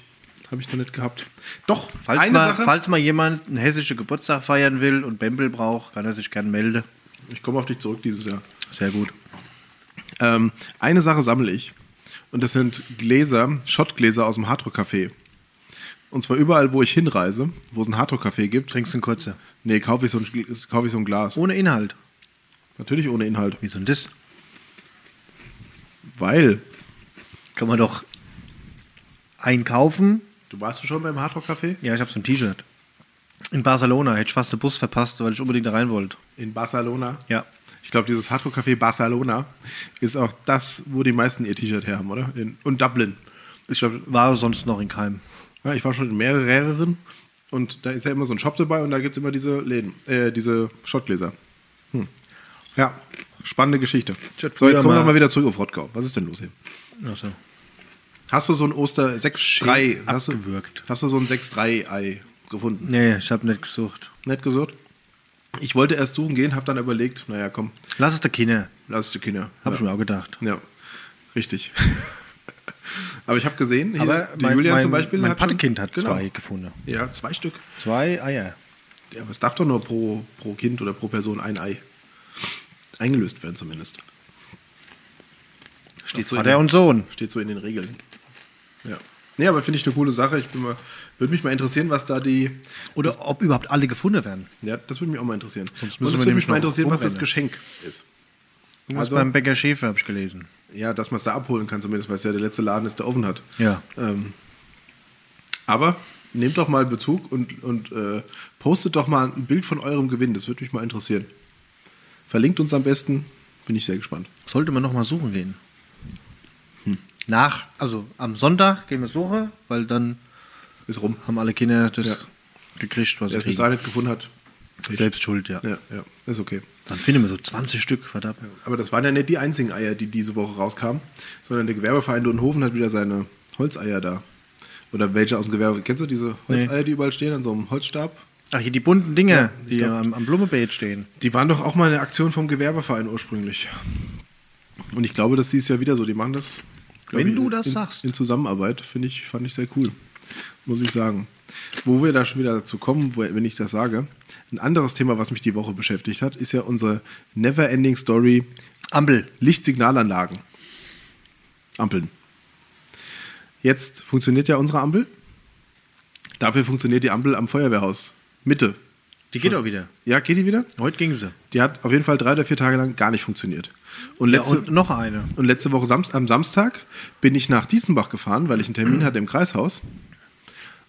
[SPEAKER 3] hab ich noch nicht gehabt. Doch,
[SPEAKER 2] Falls,
[SPEAKER 3] eine
[SPEAKER 2] mal,
[SPEAKER 3] Sache.
[SPEAKER 2] falls mal jemand einen hessischen Geburtstag feiern will und Bembel braucht, kann er sich gerne melden.
[SPEAKER 3] Ich komme auf dich zurück dieses Jahr.
[SPEAKER 2] Sehr gut.
[SPEAKER 3] Ähm, eine Sache sammle ich. Und das sind Gläser, Schottgläser aus dem Hardrock-Café. Und zwar überall, wo ich hinreise, wo es ein Hardrock-Café gibt.
[SPEAKER 2] Trinkst du einen kurzer.
[SPEAKER 3] Nee, kaufe ich, so ein, Gl- kaufe ich so ein Glas.
[SPEAKER 2] Ohne Inhalt.
[SPEAKER 3] Natürlich ohne Inhalt.
[SPEAKER 2] Wieso denn das?
[SPEAKER 3] Weil
[SPEAKER 2] Kann man doch einkaufen.
[SPEAKER 3] Du warst du schon beim Hardrock Café?
[SPEAKER 2] Ja, ich habe so ein T-Shirt. In Barcelona hätte ich fast den Bus verpasst, weil ich unbedingt da rein wollte.
[SPEAKER 3] In Barcelona?
[SPEAKER 2] Ja.
[SPEAKER 3] Ich glaube, dieses Hardrock Café Barcelona ist auch das, wo die meisten ihr T-Shirt herhaben, oder? In, und Dublin. Ich, glaub,
[SPEAKER 2] War sonst noch in keinem.
[SPEAKER 3] ja, ich war schon in mehreren und da ist ja immer so ein Shop dabei und da gibt es immer diese Läden, äh, diese Schottgläser. Hm. Ja, spannende Geschichte. So, jetzt
[SPEAKER 2] früher
[SPEAKER 3] kommen wir
[SPEAKER 2] mal-
[SPEAKER 3] mal wieder zurück auf Rottgau. Was ist denn los hier?
[SPEAKER 2] Achso.
[SPEAKER 3] Hast du so ein Oster 6-3? Hast, du-
[SPEAKER 2] abgewürgt.
[SPEAKER 3] hast du so ein 6-3-Ei gefunden?
[SPEAKER 2] Nee, ich habe nicht gesucht.
[SPEAKER 3] Nett gesucht. Ich wollte erst suchen gehen, habe dann überlegt, naja, komm,
[SPEAKER 2] Lass es der Kinder.
[SPEAKER 3] Lass es die Kinder.
[SPEAKER 2] Hab
[SPEAKER 3] ja.
[SPEAKER 2] ich mir auch gedacht.
[SPEAKER 3] Ja, richtig. Aber ich habe gesehen, hier,
[SPEAKER 2] Aber
[SPEAKER 3] die
[SPEAKER 2] mein,
[SPEAKER 3] Julia
[SPEAKER 2] mein,
[SPEAKER 3] zum Beispiel
[SPEAKER 2] mein
[SPEAKER 3] hat schon-
[SPEAKER 2] Patekind hat
[SPEAKER 3] genau.
[SPEAKER 2] zwei gefunden.
[SPEAKER 3] Ja, zwei Stück.
[SPEAKER 2] Zwei Ah, Eier.
[SPEAKER 3] Ja, aber es darf doch nur pro, pro Kind oder pro Person ein Ei eingelöst werden zumindest. Steht so, in
[SPEAKER 2] Vater
[SPEAKER 3] den,
[SPEAKER 2] und Sohn.
[SPEAKER 3] steht so in den Regeln. Ja. Nee, aber finde ich eine coole Sache. Ich bin mal, würde mich mal interessieren, was da die.
[SPEAKER 2] Oder ob überhaupt alle gefunden werden.
[SPEAKER 3] Ja, das würde mich auch mal interessieren.
[SPEAKER 2] Sonst müssen
[SPEAKER 3] Und
[SPEAKER 2] wir
[SPEAKER 3] es würde
[SPEAKER 2] nämlich
[SPEAKER 3] mich mal
[SPEAKER 2] noch
[SPEAKER 3] interessieren, was das
[SPEAKER 2] rumrennen.
[SPEAKER 3] Geschenk ist.
[SPEAKER 2] Irgendwas
[SPEAKER 3] Also-
[SPEAKER 2] beim Bäcker Schäfer habe ich gelesen.
[SPEAKER 3] Ja, dass man es da abholen kann, zumindest, weil es ja der letzte Laden ist, der offen hat.
[SPEAKER 2] Ja.
[SPEAKER 3] Ähm, aber nehmt doch mal Bezug und, und äh, postet doch mal ein Bild von eurem Gewinn. Das würde mich mal interessieren. Verlinkt uns am besten. Bin ich sehr gespannt.
[SPEAKER 2] Sollte man nochmal suchen gehen.
[SPEAKER 3] Hm.
[SPEAKER 2] Nach, also am Sonntag gehen wir suchen, weil dann
[SPEAKER 3] Ist rum.
[SPEAKER 2] haben alle Kinder das
[SPEAKER 3] Ja.
[SPEAKER 2] gekriegt, was
[SPEAKER 3] Wer
[SPEAKER 2] sie
[SPEAKER 3] es bis
[SPEAKER 2] kriegen.
[SPEAKER 3] dahin nicht gefunden hat.
[SPEAKER 2] Selbst schuld, ja.
[SPEAKER 3] Ja, ja, ist okay.
[SPEAKER 2] Dann finden wir so 20 Stück, verdammt.
[SPEAKER 3] Aber das waren ja nicht die einzigen Eier, die diese Woche rauskamen, sondern der Gewerbeverein Dunhofen hat wieder seine Holzeier da. Oder welche aus dem Gewerbe. Kennst du diese Holzeier, die überall stehen, an so einem Holzstab?
[SPEAKER 2] Ach, hier die bunten Dinger,
[SPEAKER 3] ich
[SPEAKER 2] die
[SPEAKER 3] glaub-
[SPEAKER 2] am, am Blumenbeet stehen.
[SPEAKER 3] Die waren doch auch mal eine Aktion vom Gewerbeverein ursprünglich. Und ich glaube, das ist ja wieder so. Die machen das. glaub
[SPEAKER 2] Wenn
[SPEAKER 3] ich,
[SPEAKER 2] du das
[SPEAKER 3] in,
[SPEAKER 2] sagst.
[SPEAKER 3] In Zusammenarbeit finde ich, fand ich sehr cool. Muss ich sagen. Wo wir da schon wieder dazu kommen, wo, wenn ich das sage. Ein anderes Thema, was mich die Woche beschäftigt hat, ist ja unsere Never-Ending Story
[SPEAKER 2] Ampel.
[SPEAKER 3] Lichtsignalanlagen. Ampeln. Jetzt funktioniert ja unsere Ampel. Dafür funktioniert die Ampel am Feuerwehrhaus. Mitte.
[SPEAKER 2] Die geht auch wieder.
[SPEAKER 3] Ja, geht die wieder?
[SPEAKER 2] Heute ging sie.
[SPEAKER 3] Die hat auf jeden Fall drei oder vier Tage lang gar nicht funktioniert. Und
[SPEAKER 2] Ja,
[SPEAKER 3] letzte,
[SPEAKER 2] und noch eine.
[SPEAKER 3] und letzte Woche Samst, am Samstag bin ich nach Dietzenbach gefahren, weil ich einen
[SPEAKER 2] Mhm.
[SPEAKER 3] Termin hatte im Kreishaus.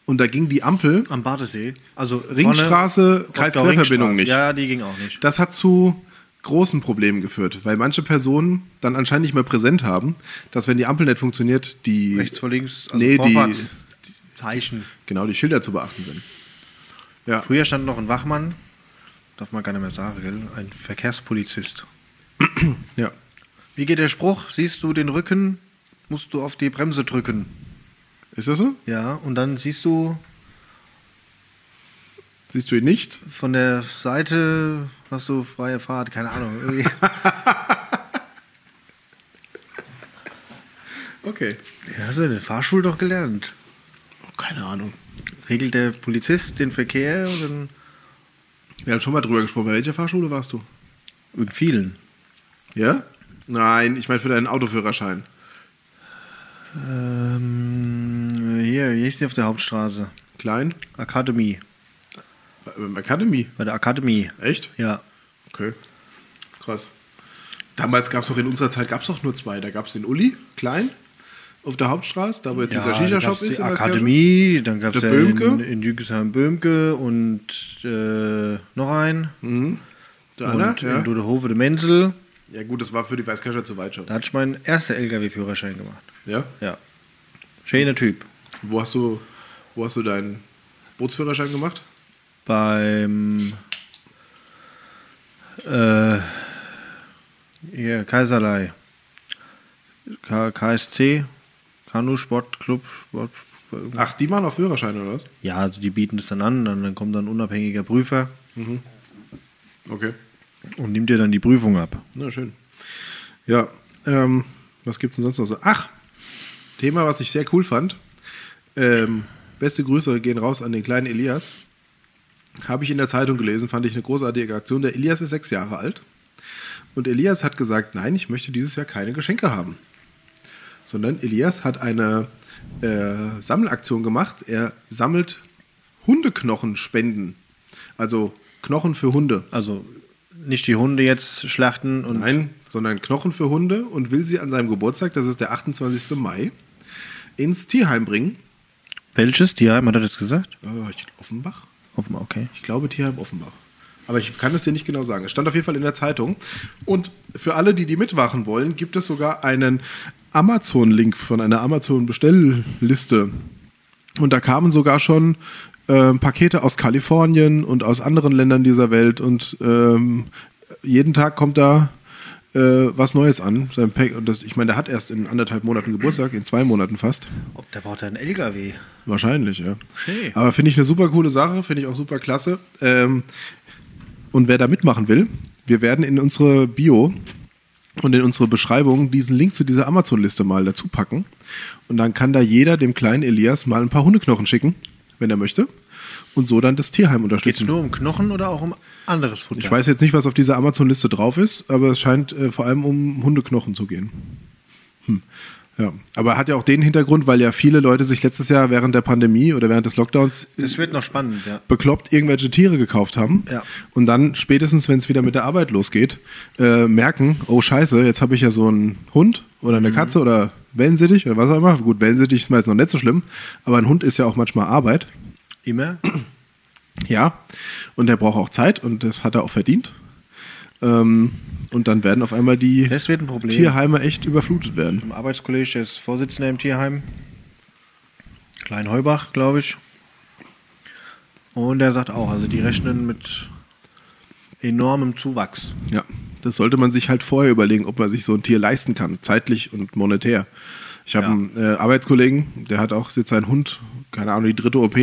[SPEAKER 3] Und da ging die Ampel.
[SPEAKER 2] Am Badesee. Also
[SPEAKER 3] Ringstraße,
[SPEAKER 2] vorne-
[SPEAKER 3] Kreis-Querverbindung nicht.
[SPEAKER 2] Ja, die ging auch nicht.
[SPEAKER 3] Das hat zu großen Problemen geführt, weil manche Personen dann anscheinend nicht mehr präsent haben, dass wenn die Ampel nicht funktioniert, die
[SPEAKER 2] Rechts vor links, also
[SPEAKER 3] nee, die,
[SPEAKER 2] vorwärts. Zeichen.
[SPEAKER 3] genau die Schilder zu beachten sind. Ja,
[SPEAKER 2] Früher stand noch ein Wachmann, darf man gar nicht mehr sagen, gell? ein Verkehrspolizist.
[SPEAKER 3] ja.
[SPEAKER 2] Wie geht der Spruch? Siehst du den Rücken, musst du auf die Bremse drücken.
[SPEAKER 3] Ist das so?
[SPEAKER 2] Ja, und dann siehst du
[SPEAKER 3] Siehst du ihn nicht?
[SPEAKER 2] von der Seite, hast du freie Fahrt, keine Ahnung. irgendwie.
[SPEAKER 3] Okay.
[SPEAKER 2] ja, hast du in der Fahrschule doch gelernt.
[SPEAKER 3] Keine Ahnung.
[SPEAKER 2] Regelt der Polizist den Verkehr und dann
[SPEAKER 3] Wir haben schon mal drüber gesprochen. Bei welcher Fahrschule warst du?
[SPEAKER 2] in vielen.
[SPEAKER 3] Ja? Nein, ich meine für deinen Autoführerschein.
[SPEAKER 2] Ähm, hier, hier ist die auf der Hauptstraße.
[SPEAKER 3] Klein?
[SPEAKER 2] Akademie.
[SPEAKER 3] Ähm, Academy.
[SPEAKER 2] Bei der Akademie.
[SPEAKER 3] Echt?
[SPEAKER 2] Ja.
[SPEAKER 3] Okay. Krass. Damals gab es doch in unserer Zeit gab's doch nur zwei. Da gab es den Uli, klein, auf der Hauptstraße, da wo jetzt dieser
[SPEAKER 2] da
[SPEAKER 3] Shisha-Shop
[SPEAKER 2] gab's
[SPEAKER 3] ist.
[SPEAKER 2] Die
[SPEAKER 3] in der
[SPEAKER 2] Akademie, dann gab es
[SPEAKER 3] Der
[SPEAKER 2] ja in,
[SPEAKER 3] Böhmke.
[SPEAKER 2] in Jügesheim Böhmke und äh, noch einen.
[SPEAKER 3] Kirche. Der
[SPEAKER 2] und
[SPEAKER 3] andere,
[SPEAKER 2] in Dudehove de Menzel.
[SPEAKER 3] ne? ja. ja, gut, das war für die Weißkircher zu weit schon.
[SPEAKER 2] Da hatte ich meinen ersten LKW-Führerschein gemacht.
[SPEAKER 3] Ja?
[SPEAKER 2] Ja. Schöner Typ.
[SPEAKER 3] Wo hast du, wo hast du deinen Bootsführerschein gemacht?
[SPEAKER 2] Beim äh, hier, Kaiserlei. K KSC, Kanu Sport Club. Sport, Hm.
[SPEAKER 3] Ach, die machen auch Führerschein oder was?
[SPEAKER 2] Ja, also die bieten es dann an, dann, dann kommt dann ein unabhängiger Prüfer
[SPEAKER 3] Okay.
[SPEAKER 2] und nimmt dir dann die Prüfung ab.
[SPEAKER 3] Na schön. Ja, ähm, was gibt's denn sonst noch so? Ach, Thema, was ich sehr cool fand. Ähm, beste Grüße gehen raus an den kleinen Elias. Habe ich in der Zeitung gelesen, fand ich eine großartige Aktion. Der Elias ist sechs Jahre alt und Elias hat gesagt, nein, ich möchte dieses Jahr keine Geschenke haben. Sondern Elias hat eine äh, Sammelaktion gemacht. Er sammelt Hundeknochenspenden. Also Knochen für Hunde.
[SPEAKER 2] Also nicht die Hunde jetzt schlachten und
[SPEAKER 3] Nein, sondern Knochen für Hunde und will sie an seinem Geburtstag, das ist der 28. Mai, ins Tierheim bringen.
[SPEAKER 2] welches Tierheim hat er das gesagt?
[SPEAKER 3] Äh, ich, Offenbach?
[SPEAKER 2] Offenbar, okay.
[SPEAKER 3] Ich glaube Tierheim Offenbach. Aber ich kann es dir nicht genau sagen. Es stand auf jeden Fall in der Zeitung. Und für alle, die die mitmachen wollen, gibt es sogar einen Amazon-Link von einer Amazon-Bestellliste. Und da kamen sogar schon ähm, Pakete aus Kalifornien und aus anderen Ländern dieser Welt. Und ähm, jeden Tag kommt da äh, was Neues an. Sein Pack, und das, ich meine, der hat erst in anderthalb Monaten Geburtstag, in zwei Monaten fast.
[SPEAKER 2] Ob der baut einen LKW?
[SPEAKER 3] Wahrscheinlich, ja.
[SPEAKER 2] Schön.
[SPEAKER 3] Aber finde ich eine super coole Sache, finde ich auch super klasse. Ähm, und wer da mitmachen will, wir werden in unsere Bio und in unsere Beschreibung diesen Link zu dieser Amazon-Liste mal dazu packen. Und dann kann da jeder dem kleinen Elias mal ein paar Hundeknochen schicken, wenn er möchte. Und so dann das Tierheim
[SPEAKER 2] Geht es
[SPEAKER 3] unterstützen.
[SPEAKER 2] nur um Knochen oder auch um anderes Futter?
[SPEAKER 3] Ich weiß jetzt nicht, was auf dieser Amazon-Liste drauf ist, aber es scheint äh, vor allem um Hundeknochen zu gehen. Hm. Ja, aber hat ja auch den Hintergrund, weil ja viele Leute sich letztes Jahr während der Pandemie oder während des Lockdowns äh,
[SPEAKER 2] Das wird noch spannend, ja.
[SPEAKER 3] bekloppt irgendwelche Tiere gekauft haben
[SPEAKER 2] Ja.
[SPEAKER 3] und dann spätestens, wenn es wieder mit der Arbeit losgeht, äh, merken, oh scheiße, jetzt habe ich ja so einen Hund oder eine Katze oder Wellensittich oder was auch immer. Gut, Wellensittich ist meist noch nicht so schlimm, aber ein Hund ist ja auch manchmal Arbeit.
[SPEAKER 2] Immer?
[SPEAKER 3] Ja. Und der braucht auch Zeit und das hat er auch verdient. Ähm, und dann werden auf einmal die
[SPEAKER 2] Das wird ein Problem.
[SPEAKER 3] Tierheime echt überflutet werden.
[SPEAKER 2] Im Arbeitskollege, der ist Vorsitzender im Tierheim. Klein Heubach, glaube ich. Und der sagt auch, also die rechnen mit enormem Zuwachs.
[SPEAKER 3] Ja, das sollte man sich halt vorher überlegen, ob man sich so ein Tier leisten kann, zeitlich und monetär. Ich habe
[SPEAKER 2] Ja.
[SPEAKER 3] einen äh, Arbeitskollegen, der hat auch jetzt seinen Hund, keine Ahnung, die dritte OP.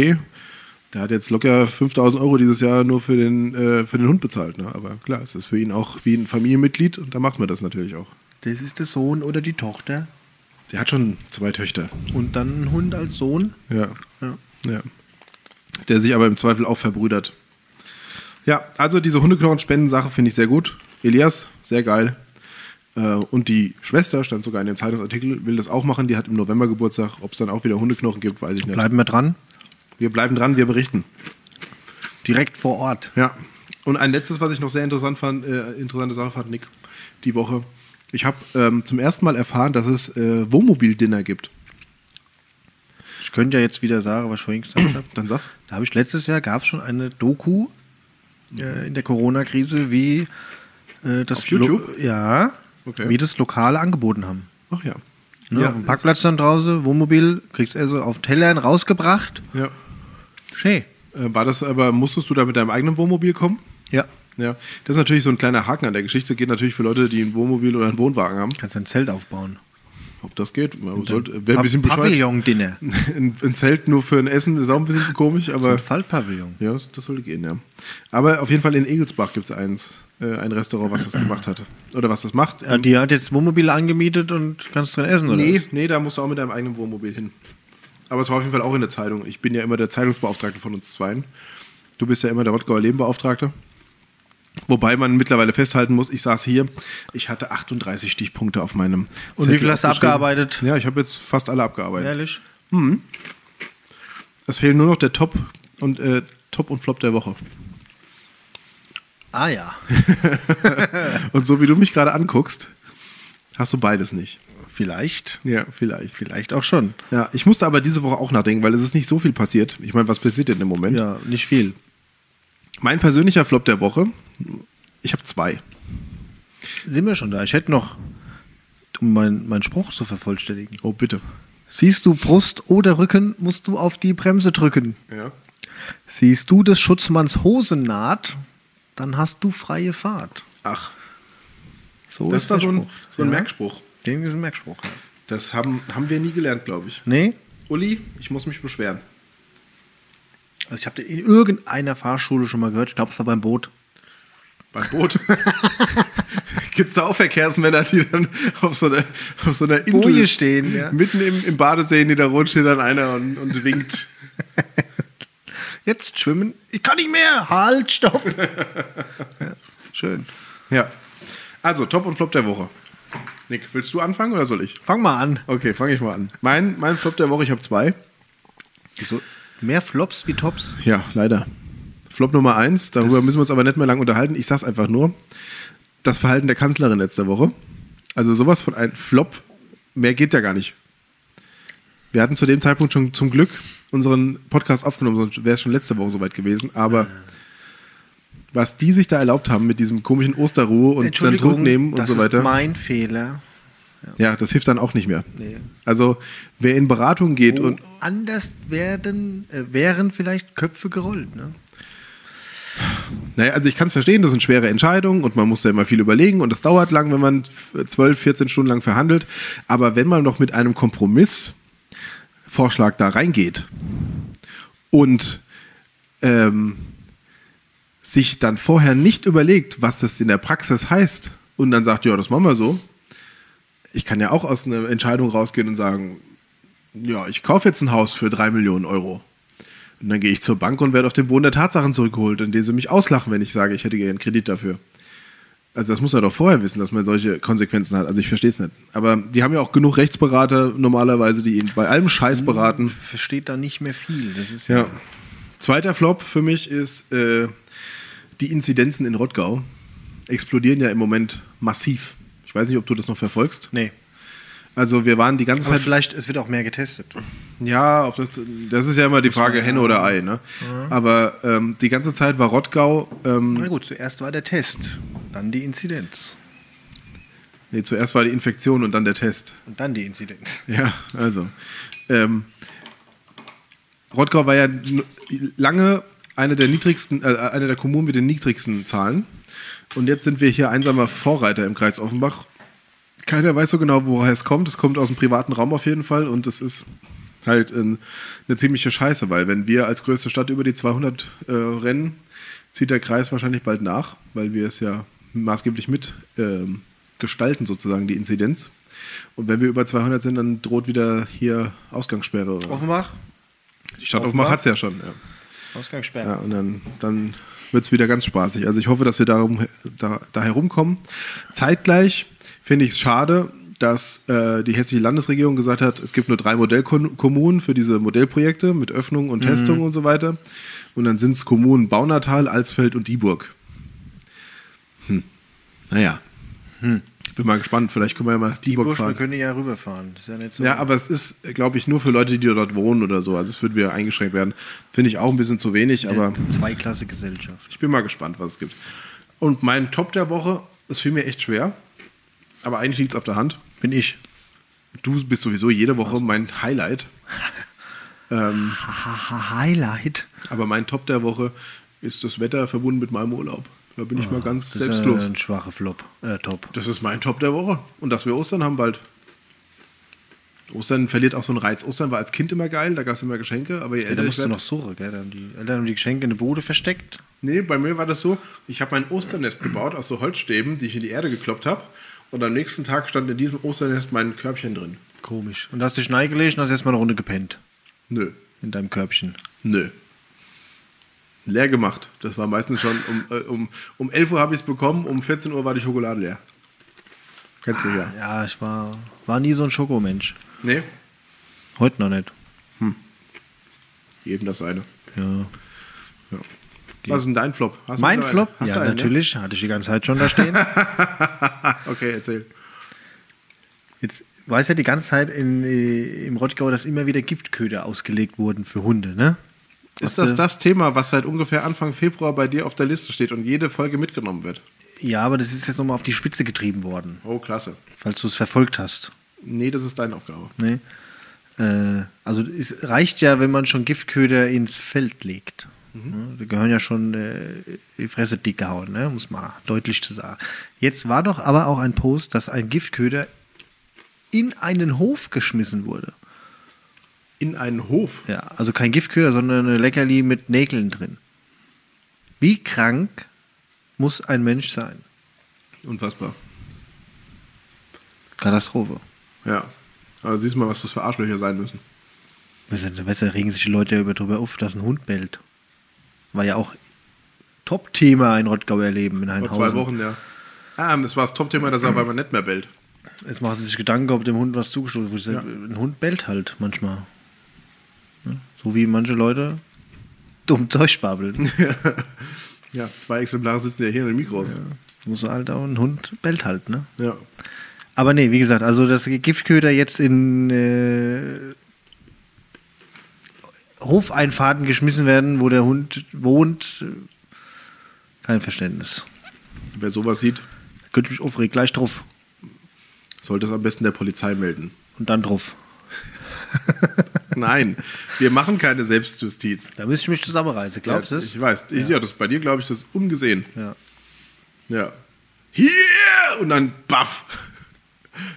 [SPEAKER 3] Der hat jetzt locker 5000 Euro dieses Jahr nur für den, äh, für den Hund bezahlt. Ne? Aber klar, es ist für ihn auch wie ein Familienmitglied und da macht man das natürlich auch.
[SPEAKER 2] Das ist der Sohn oder die Tochter
[SPEAKER 3] Der hat schon zwei Töchter.
[SPEAKER 2] und dann ein Hund als Sohn.
[SPEAKER 3] Ja.
[SPEAKER 2] Ja.
[SPEAKER 3] Ja. Der sich aber im Zweifel auch verbrüdert. Ja, also diese Hundeknochen-Spendensache finde ich sehr gut. Elias, sehr geil. Äh, Und die Schwester, stand sogar in dem Zeitungsartikel, will das auch machen. Die hat im November Geburtstag. Ob es dann auch wieder Hundeknochen gibt, weiß ich nicht.
[SPEAKER 2] Bleiben wir dran.
[SPEAKER 3] Wir bleiben dran, wir berichten.
[SPEAKER 2] Direkt vor Ort.
[SPEAKER 3] Ja. Und ein letztes, was ich noch sehr interessant fand, äh, interessante Sache fand, Nick, die Woche. Ich habe ähm, zum ersten Mal erfahren, dass es äh, Wohnmobil-Dinner gibt.
[SPEAKER 2] Ich könnte ja jetzt wieder sagen, was ich vorhin gesagt habe.
[SPEAKER 3] Dann sag's.
[SPEAKER 2] Da habe ich letztes Jahr gab es schon eine Doku äh, in der Corona-Krise, wie äh, das
[SPEAKER 3] Auf YouTube?
[SPEAKER 2] Lo- ja,
[SPEAKER 3] Okay.
[SPEAKER 2] wie das Lokale angeboten haben.
[SPEAKER 3] Ach ja.
[SPEAKER 2] Ne,
[SPEAKER 3] ja,
[SPEAKER 2] auf dem Parkplatz dann draußen, Wohnmobil, kriegst also auf Tellern rausgebracht.
[SPEAKER 3] Ja.
[SPEAKER 2] Schön.
[SPEAKER 3] Äh, War das aber, musstest du da mit deinem eigenen Wohnmobil kommen?
[SPEAKER 2] Ja.
[SPEAKER 3] Ja. Das ist natürlich so ein kleiner Haken an der Geschichte. Geht natürlich für Leute, die ein Wohnmobil oder einen Wohnwagen haben.
[SPEAKER 2] Kannst ein Zelt aufbauen.
[SPEAKER 3] Ob das geht? Man
[SPEAKER 2] äh,
[SPEAKER 3] sollte, wäre ein bisschen bescheuert.
[SPEAKER 2] Pavillon-Dinner.
[SPEAKER 3] Ein, ein Zelt nur für ein Essen ist auch ein bisschen komisch,
[SPEAKER 2] So ein
[SPEAKER 3] aber
[SPEAKER 2] Fallpavillon.
[SPEAKER 3] ja, das das sollte gehen, ja. Aber auf jeden Fall in Egelsbach gibt es eins, äh, ein Restaurant, was das gemacht hat. Oder was das macht.
[SPEAKER 2] Ja, die hat jetzt Wohnmobile angemietet und kannst drin essen, oder?
[SPEAKER 3] nee,
[SPEAKER 2] was?
[SPEAKER 3] nee, da musst du auch mit deinem eigenen Wohnmobil hin. Aber es war auf jeden Fall auch in der Zeitung. Ich bin ja immer der Zeitungsbeauftragte von uns zweien. Du bist ja immer der Rottgauer Lebenbeauftragte. Wobei man mittlerweile festhalten muss, ich saß hier, ich hatte 38 Stichpunkte auf meinem
[SPEAKER 2] Und
[SPEAKER 3] Zettel
[SPEAKER 2] wie viel hast du
[SPEAKER 3] aufgeschrieben.
[SPEAKER 2] abgearbeitet?
[SPEAKER 3] Ja, ich habe jetzt fast alle abgearbeitet.
[SPEAKER 2] Ehrlich?
[SPEAKER 3] Es fehlen nur noch der Top und äh, Top und Flop der Woche.
[SPEAKER 2] Ah ja.
[SPEAKER 3] Und so wie du mich gerade anguckst, hast du beides nicht.
[SPEAKER 2] Vielleicht.
[SPEAKER 3] Ja, vielleicht.
[SPEAKER 2] Vielleicht auch schon.
[SPEAKER 3] Ja, ich musste aber diese Woche auch nachdenken, weil es ist nicht so viel passiert. Ich meine, was passiert denn im Moment?
[SPEAKER 2] Ja, nicht viel.
[SPEAKER 3] Mein persönlicher Flop der Woche, ich habe zwei.
[SPEAKER 2] Sind wir schon da. Ich hätte noch, um meinen mein Spruch zu vervollständigen.
[SPEAKER 3] Oh, bitte.
[SPEAKER 2] Siehst du Brust oder Rücken, musst du auf die Bremse drücken.
[SPEAKER 3] Ja.
[SPEAKER 2] Siehst du des Schutzmanns Hosennaht, dann hast du freie Fahrt.
[SPEAKER 3] Ach,
[SPEAKER 2] So
[SPEAKER 3] das
[SPEAKER 2] ist
[SPEAKER 3] war
[SPEAKER 2] der
[SPEAKER 3] so ein,
[SPEAKER 2] Spruch.
[SPEAKER 3] so ein
[SPEAKER 2] ja.
[SPEAKER 3] Oh, Merkspruch.
[SPEAKER 2] Den ist ein Merkspruch. ja.
[SPEAKER 3] Das haben, haben wir nie gelernt, glaube ich.
[SPEAKER 2] Nee?
[SPEAKER 3] Uli, ich muss mich beschweren.
[SPEAKER 2] Also ich habe den in irgendeiner Fahrschule schon mal gehört. Ich glaube, es war beim Boot.
[SPEAKER 3] Beim Boot. Gibt es da auch Verkehrsmänner, die dann auf so einer, auf so einer Insel
[SPEAKER 2] Boje stehen, ja.
[SPEAKER 3] mitten im, im Badesee, die da rot steht dann einer und, und winkt.
[SPEAKER 2] Jetzt schwimmen. Ich kann nicht mehr. Halt, stopp. ja, schön.
[SPEAKER 3] Ja. Also, Top und Flop der Woche. Nick, willst du anfangen oder soll ich?
[SPEAKER 2] Fang mal an.
[SPEAKER 3] Okay, fange ich mal an. Mein, mein Flop der Woche, ich habe zwei.
[SPEAKER 2] Wieso? Mehr Flops wie Tops.
[SPEAKER 3] Ja, leider. Flop Nummer eins, darüber
[SPEAKER 2] Das-
[SPEAKER 3] müssen wir uns aber nicht mehr lang unterhalten. Ich sag's einfach nur. Das Verhalten der Kanzlerin letzte Woche. Also sowas von ein Flop, mehr geht ja gar nicht. Wir hatten zu dem Zeitpunkt schon zum Glück unseren Podcast aufgenommen, sonst wäre es schon letzte Woche soweit gewesen. Aber was die sich da erlaubt haben mit diesem komischen Osterruhe und dann
[SPEAKER 2] Entschuldigung,
[SPEAKER 3] zurücknehmen und
[SPEAKER 2] das
[SPEAKER 3] so weiter.
[SPEAKER 2] ist mein Fehler.
[SPEAKER 3] Ja, das hilft dann auch nicht mehr.
[SPEAKER 2] Nee. Oh.
[SPEAKER 3] Also, wer in Beratung geht
[SPEAKER 2] Wo
[SPEAKER 3] und
[SPEAKER 2] anders werden, äh, wären vielleicht Köpfe gerollt. Ne?
[SPEAKER 3] Naja, also ich kann es verstehen, das sind schwere Entscheidungen und man muss da immer viel überlegen und das dauert lang, wenn man f- 12, 14 Stunden lang verhandelt. Aber wenn man noch mit einem Kompromissvorschlag da reingeht und ähm, sich dann vorher nicht überlegt, was das in der Praxis heißt und dann sagt, ja, das machen wir so. Ich kann ja auch aus einer Entscheidung rausgehen und sagen, ja, ich kaufe jetzt ein Haus für drei Millionen Euro. Und dann gehe ich zur Bank und werde auf den Boden der Tatsachen zurückgeholt, indem sie mich auslachen, wenn ich sage, ich hätte gerne einen Kredit dafür. Also das muss man doch vorher wissen, dass man solche Konsequenzen hat. Also ich verstehe es nicht. Aber die haben ja auch genug Rechtsberater normalerweise, die ihn bei allem Scheiß beraten.
[SPEAKER 2] Versteht da nicht mehr viel. Das ist
[SPEAKER 3] Hm. Ja. Zweiter Flop für mich ist, äh, die Inzidenzen in Rottgau explodieren ja im Moment massiv. Ich weiß nicht, ob du das noch verfolgst.
[SPEAKER 2] Nee.
[SPEAKER 3] Also wir waren die ganze
[SPEAKER 2] Aber
[SPEAKER 3] Zeit.
[SPEAKER 2] halt vielleicht, es wird auch mehr getestet.
[SPEAKER 3] Mhm. Ja, ob das, das ist ja immer die Frage Henne oder Ei. Ne?
[SPEAKER 2] Mhm.
[SPEAKER 3] Aber ähm, die ganze Zeit war Rottgau.
[SPEAKER 2] Na
[SPEAKER 3] Ähm,
[SPEAKER 2] gut, zuerst war der Test, dann die Inzidenz
[SPEAKER 3] nee, zuerst war die Infektion und dann der Test.
[SPEAKER 2] und dann die Inzidenz.
[SPEAKER 3] Ja, also. Ähm, Rottgau war ja n- lange eine der niedrigsten, äh, eine der Kommunen mit den niedrigsten Zahlen. Und jetzt sind wir hier einsamer Vorreiter im Kreis Offenbach. Keiner weiß so genau, woher es kommt. Es kommt aus dem privaten Raum auf jeden Fall und es ist halt ein, eine ziemliche Scheiße, weil wenn wir als größte Stadt über die 200 äh, rennen, zieht der Kreis wahrscheinlich bald nach, weil wir es ja maßgeblich mit ähm, gestalten sozusagen die Inzidenz. Und wenn wir über 200 sind, dann droht wieder hier Ausgangssperre. oder-
[SPEAKER 2] Offenbach?
[SPEAKER 3] Die Stadt
[SPEAKER 2] Offenbach?
[SPEAKER 3] Offenbach hat es ja schon. Ja.
[SPEAKER 2] Ausgangssperre.
[SPEAKER 3] Ja, und dann, dann wird es wieder ganz spaßig. Also ich hoffe, dass wir darum, da, da herumkommen. Zeitgleich finde ich es schade, dass äh, die hessische Landesregierung gesagt hat, es gibt nur drei Modellkommunen für diese Modellprojekte mit Öffnung und Testung und so weiter. Und dann sind es Kommunen Baunatal, Alsfeld und Dieburg. Hm. Naja. Bin mal gespannt. Vielleicht können wir ja mal
[SPEAKER 2] Die
[SPEAKER 3] Dieburg
[SPEAKER 2] Burschen
[SPEAKER 3] fahren.
[SPEAKER 2] können ja rüberfahren. Das ist ja nicht so.
[SPEAKER 3] Ja, aber es ist, glaube ich, nur für Leute, die dort wohnen oder so. Also es wird wieder eingeschränkt werden. Finde ich auch ein bisschen zu wenig, aber
[SPEAKER 2] Zweiklasse Gesellschaft.
[SPEAKER 3] ich bin mal gespannt, was es gibt. Und mein Top der Woche, es fiel mir echt schwer, aber eigentlich liegt es auf der Hand.
[SPEAKER 2] Bin ich.
[SPEAKER 3] Du bist sowieso jede Woche mein Highlight. ähm,
[SPEAKER 2] Highlight.
[SPEAKER 3] aber mein Top der Woche ist das Wetter verbunden mit meinem Urlaub. Da bin ich mal ganz selbstlos.
[SPEAKER 2] Ist ein schwacher Flop. Äh, top.
[SPEAKER 3] Das ist mein Top der Woche. Und dass wir Ostern haben bald. Ostern verliert auch so einen Reiz. Ostern war als Kind immer geil, da gab es immer Geschenke, aber je
[SPEAKER 2] Ja, da
[SPEAKER 3] älter ich
[SPEAKER 2] musst du
[SPEAKER 3] werd-
[SPEAKER 2] noch suchen, gell? Da haben die Eltern haben die Geschenke in der Bude versteckt.
[SPEAKER 3] Nee, bei mir war das so, ich habe mein Osternest gebaut aus so Holzstäben, die ich in die Erde gekloppt habe. Und am nächsten Tag stand in diesem Osternest mein Körbchen drin.
[SPEAKER 2] Komisch. Und hast dich neigelegt und hast erstmal eine Runde gepennt.
[SPEAKER 3] Nö,
[SPEAKER 2] In deinem Körbchen.
[SPEAKER 3] nö. Leer gemacht. Das war meistens schon um, äh, um, um 11 Uhr habe ich es bekommen, um 14 Uhr war die Schokolade leer. Kennst du ja.
[SPEAKER 2] Ah, Ja, ich war, war nie so ein Schokomensch.
[SPEAKER 3] Nee,
[SPEAKER 2] Heute noch nicht.
[SPEAKER 3] jedem das eine.
[SPEAKER 2] Ja.
[SPEAKER 3] Was ist denn dein Flop? Hast du
[SPEAKER 2] Mein
[SPEAKER 3] noch einen?
[SPEAKER 2] Flop?
[SPEAKER 3] Also Hast
[SPEAKER 2] ja,
[SPEAKER 3] du einen,
[SPEAKER 2] natürlich. Hatte ich die ganze Zeit schon da stehen.
[SPEAKER 3] Ne? Okay, erzähl.
[SPEAKER 2] Jetzt weiß ja die ganze Zeit in, äh, im Rottgau, dass immer wieder Giftköder ausgelegt wurden für Hunde, ne?
[SPEAKER 3] Ist
[SPEAKER 2] Hast
[SPEAKER 3] das
[SPEAKER 2] du-
[SPEAKER 3] das Thema, was seit ungefähr Anfang Februar bei dir auf der Liste steht und jede Folge mitgenommen wird?
[SPEAKER 2] Ja, aber das ist jetzt nochmal auf die Spitze getrieben worden,
[SPEAKER 3] Oh, klasse.
[SPEAKER 2] falls du es verfolgt hast.
[SPEAKER 3] Nee, das ist deine Aufgabe.
[SPEAKER 2] Ne? Äh, also es reicht ja, wenn man schon Giftköder ins Feld legt.
[SPEAKER 3] Mhm.
[SPEAKER 2] Ne? Da gehören ja schon äh, die Fresse dick gehauen, ne? muss man deutlich zu sagen. Jetzt war doch aber auch ein Post, dass ein Giftköder in einen Hof geschmissen wurde.
[SPEAKER 3] In einen Hof?
[SPEAKER 2] Ja, also kein Giftköder, sondern eine Leckerli mit Nägeln drin. Wie krank muss ein Mensch sein?
[SPEAKER 3] Unfassbar.
[SPEAKER 2] Katastrophe.
[SPEAKER 3] Ja. Aber siehst mal, was das für Arschlöcher sein müssen.
[SPEAKER 2] Besser, besser regen sich die Leute ja über drüber auf, dass ein Hund bellt. War ja auch Top-Thema in Rottgau erleben in
[SPEAKER 3] Vor
[SPEAKER 2] Heinhausen.
[SPEAKER 3] zwei Wochen, ja. Ah, das war das Top-Thema, dass er auf einmal nicht mehr bellt.
[SPEAKER 2] Jetzt machen sie sich Gedanken, ob dem Hund was zugestoßen wurde. Ich sag,
[SPEAKER 3] Ja.
[SPEAKER 2] Ein Hund bellt halt manchmal. Ne? So wie manche Leute dumm Zeug babbeln.
[SPEAKER 3] Ja, zwei Exemplare sitzen ja hier in den Mikros.
[SPEAKER 2] Muss halt auch ein Hund bellt halt, ne?
[SPEAKER 3] Ja.
[SPEAKER 2] Aber nee, wie gesagt, also das Giftköder jetzt in äh, Hofeinfahrten geschmissen werden, wo der Hund wohnt, äh, kein Verständnis.
[SPEAKER 3] Wer sowas sieht,
[SPEAKER 2] Könnte mich aufregen, gleich drauf
[SPEAKER 3] sollte es am besten der Polizei melden.
[SPEAKER 2] und dann drauf.
[SPEAKER 3] Nein, wir machen keine Selbstjustiz.
[SPEAKER 2] Da müsste ich mich zusammenreißen, glaubst du
[SPEAKER 3] ja,
[SPEAKER 2] es?
[SPEAKER 3] Ich weiß. Ich, ja. das bei dir, glaube ich, das ist ungesehen.
[SPEAKER 2] Ja.
[SPEAKER 3] Ja. Hier! Und dann baff.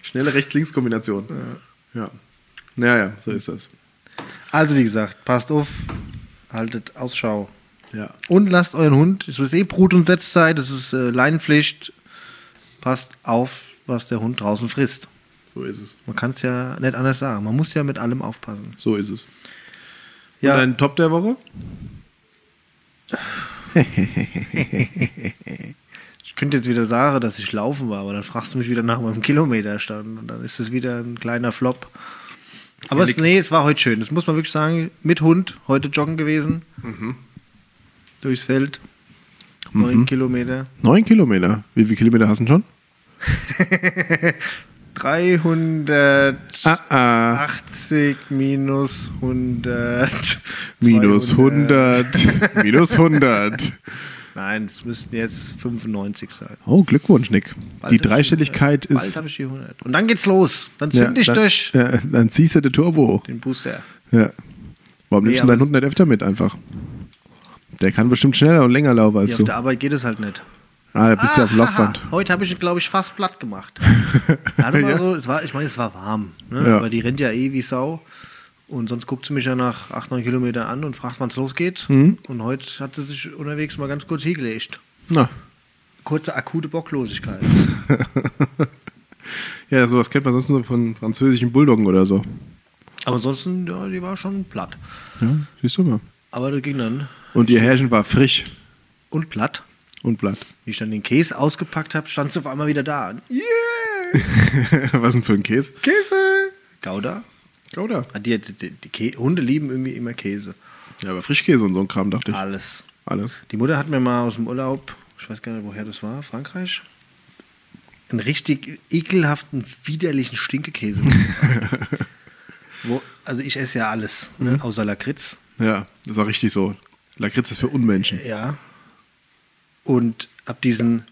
[SPEAKER 3] Schnelle Rechts-Links-Kombination. Ja. ja. Naja, so ist das.
[SPEAKER 2] Also wie gesagt, passt auf, haltet Ausschau.
[SPEAKER 3] Ja.
[SPEAKER 2] Und lasst euren Hund, es ist eh Brut- und Setzzeit, es ist äh, Leinenpflicht, passt auf, was der Hund draußen frisst.
[SPEAKER 3] So ist es.
[SPEAKER 2] Man kann es ja nicht anders sagen. Man muss ja mit allem aufpassen.
[SPEAKER 3] So ist es.
[SPEAKER 2] Ja.
[SPEAKER 3] Und dein Top der Woche?
[SPEAKER 2] Ich könnte jetzt wieder sagen, dass ich laufen war, aber dann fragst du mich wieder nach meinem Kilometerstand und dann ist es wieder ein kleiner Flop. Aber es, nee, es war heute schön. Das muss man wirklich sagen. Mit Hund heute joggen gewesen.
[SPEAKER 3] Mhm.
[SPEAKER 2] Durchs Feld. Neun Kilometer.
[SPEAKER 3] Neun Kilometer. Wie viele Kilometer hast du schon?
[SPEAKER 2] 380
[SPEAKER 3] Ah, ah.
[SPEAKER 2] minus 100.
[SPEAKER 3] Minus
[SPEAKER 2] 200.
[SPEAKER 3] 100. Minus 100.
[SPEAKER 2] Nein, es müssten jetzt 95 sein.
[SPEAKER 3] Oh, Glückwunsch, Nick.
[SPEAKER 2] Bald
[SPEAKER 3] Die
[SPEAKER 2] hab ich
[SPEAKER 3] Dreistelligkeit
[SPEAKER 2] die 100.
[SPEAKER 3] ist.
[SPEAKER 2] Bald habe ich die 100. Und dann geht's los. Dann zünd dich
[SPEAKER 3] dann,
[SPEAKER 2] durch
[SPEAKER 3] Ja, dann ziehst du den Turbo.
[SPEAKER 2] den Booster.
[SPEAKER 3] Ja. Warum
[SPEAKER 2] Nee,
[SPEAKER 3] nimmst du
[SPEAKER 2] aber
[SPEAKER 3] deinen
[SPEAKER 2] es-
[SPEAKER 3] Hund nicht öfter mit einfach? Der kann bestimmt schneller und länger laufen
[SPEAKER 2] Hier
[SPEAKER 3] als
[SPEAKER 2] auf
[SPEAKER 3] du.
[SPEAKER 2] der Arbeit geht es halt nicht.
[SPEAKER 3] Ah, da bist du auf dem Laufband.
[SPEAKER 2] haha, heute habe ich, glaube ich, fast platt gemacht. Er hatte mal so, es war, ich meine, es war warm. Ne?
[SPEAKER 3] Ja.
[SPEAKER 2] Aber die rennt ja eh wie Sau. Und sonst guckt sie mich ja nach 8, 9 Kilometern an und fragt, wann es losgeht.
[SPEAKER 3] Mhm.
[SPEAKER 2] Und heute hat sie sich unterwegs mal ganz kurz hingelegt.
[SPEAKER 3] Na.
[SPEAKER 2] Kurze akute Bocklosigkeit.
[SPEAKER 3] Ja, sowas kennt man sonst nur von französischen Bulldoggen oder so.
[SPEAKER 2] Aber ansonsten, ja, die war schon platt.
[SPEAKER 3] Ja, siehst du mal.
[SPEAKER 2] Aber das ging dann.
[SPEAKER 3] Und ihr Herrchen war frisch
[SPEAKER 2] Und platt.
[SPEAKER 3] und blatt.
[SPEAKER 2] Wie ich dann den Käse ausgepackt habe, stand sie auf einmal wieder da.
[SPEAKER 3] Was denn für ein Käse?
[SPEAKER 2] Käse! Gouda?
[SPEAKER 3] Gouda.
[SPEAKER 2] Ah, Die, die, die, die Kä- Hunde lieben irgendwie immer Käse.
[SPEAKER 3] Ja, aber Frischkäse und so ein Kram, dachte ich.
[SPEAKER 2] Alles.
[SPEAKER 3] Alles.
[SPEAKER 2] Die Mutter hat mir mal aus dem Urlaub, ich weiß gar nicht, woher das war, Frankreich, einen richtig ekelhaften, widerlichen Stinkekäse. mitgebracht. Wo, also ich esse ja alles, ne? außer Lakritz.
[SPEAKER 3] Ja, das war richtig so. Lakritz ist für Unmenschen.
[SPEAKER 2] Ja. Und hab diesen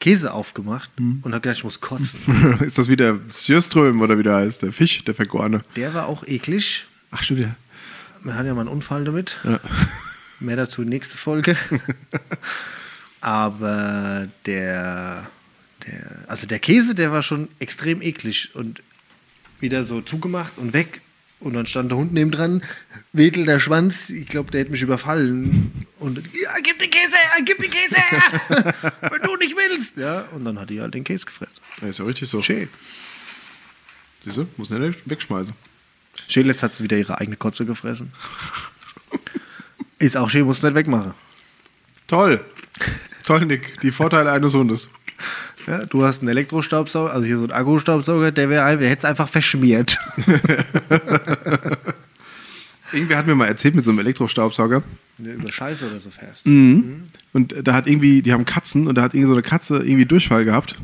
[SPEAKER 2] Käse aufgemacht und hab gedacht, ich muss kotzen.
[SPEAKER 3] ist das wieder Sjöström oder wie der heißt? Der Fisch, der Vergorene.
[SPEAKER 2] Der war auch eklig.
[SPEAKER 3] Ach, stimmt ja.
[SPEAKER 2] Man hat ja mal einen Unfall damit.
[SPEAKER 3] Ja.
[SPEAKER 2] Mehr dazu nächste Folge. Aber der, der, also der Käse, der war schon extrem eklig und wieder so zugemacht und weg. Und dann stand der Hund nebendran, wedelt der Schwanz. Ich glaube, der hätte mich überfallen. Und ja, gib den Käse her, gib den Käse her, wenn du nicht willst. Ja, und dann hat die halt den Käse gefressen.
[SPEAKER 3] Ja, ist ja richtig so.
[SPEAKER 2] Schön.
[SPEAKER 3] Siehst du, muss nicht wegschmeißen.
[SPEAKER 2] Schädlitz hat sie wieder ihre eigene Kotze gefressen. Ist auch schön, musst du nicht wegmachen.
[SPEAKER 3] Toll. Toll, Nick. Die Vorteile eines Hundes.
[SPEAKER 2] Ja, du hast einen Elektrostaubsauger, also hier so einen Akkustaubsauger, der wäre ein- der hätte es einfach verschmiert.
[SPEAKER 3] Irgendwer hat mir mal erzählt mit so einem Elektrostaubsauger.
[SPEAKER 2] Wenn du über Scheiße oder so fährst.
[SPEAKER 3] Und da hat irgendwie, die haben Katzen und da hat irgendwie so eine Katze irgendwie Durchfall gehabt.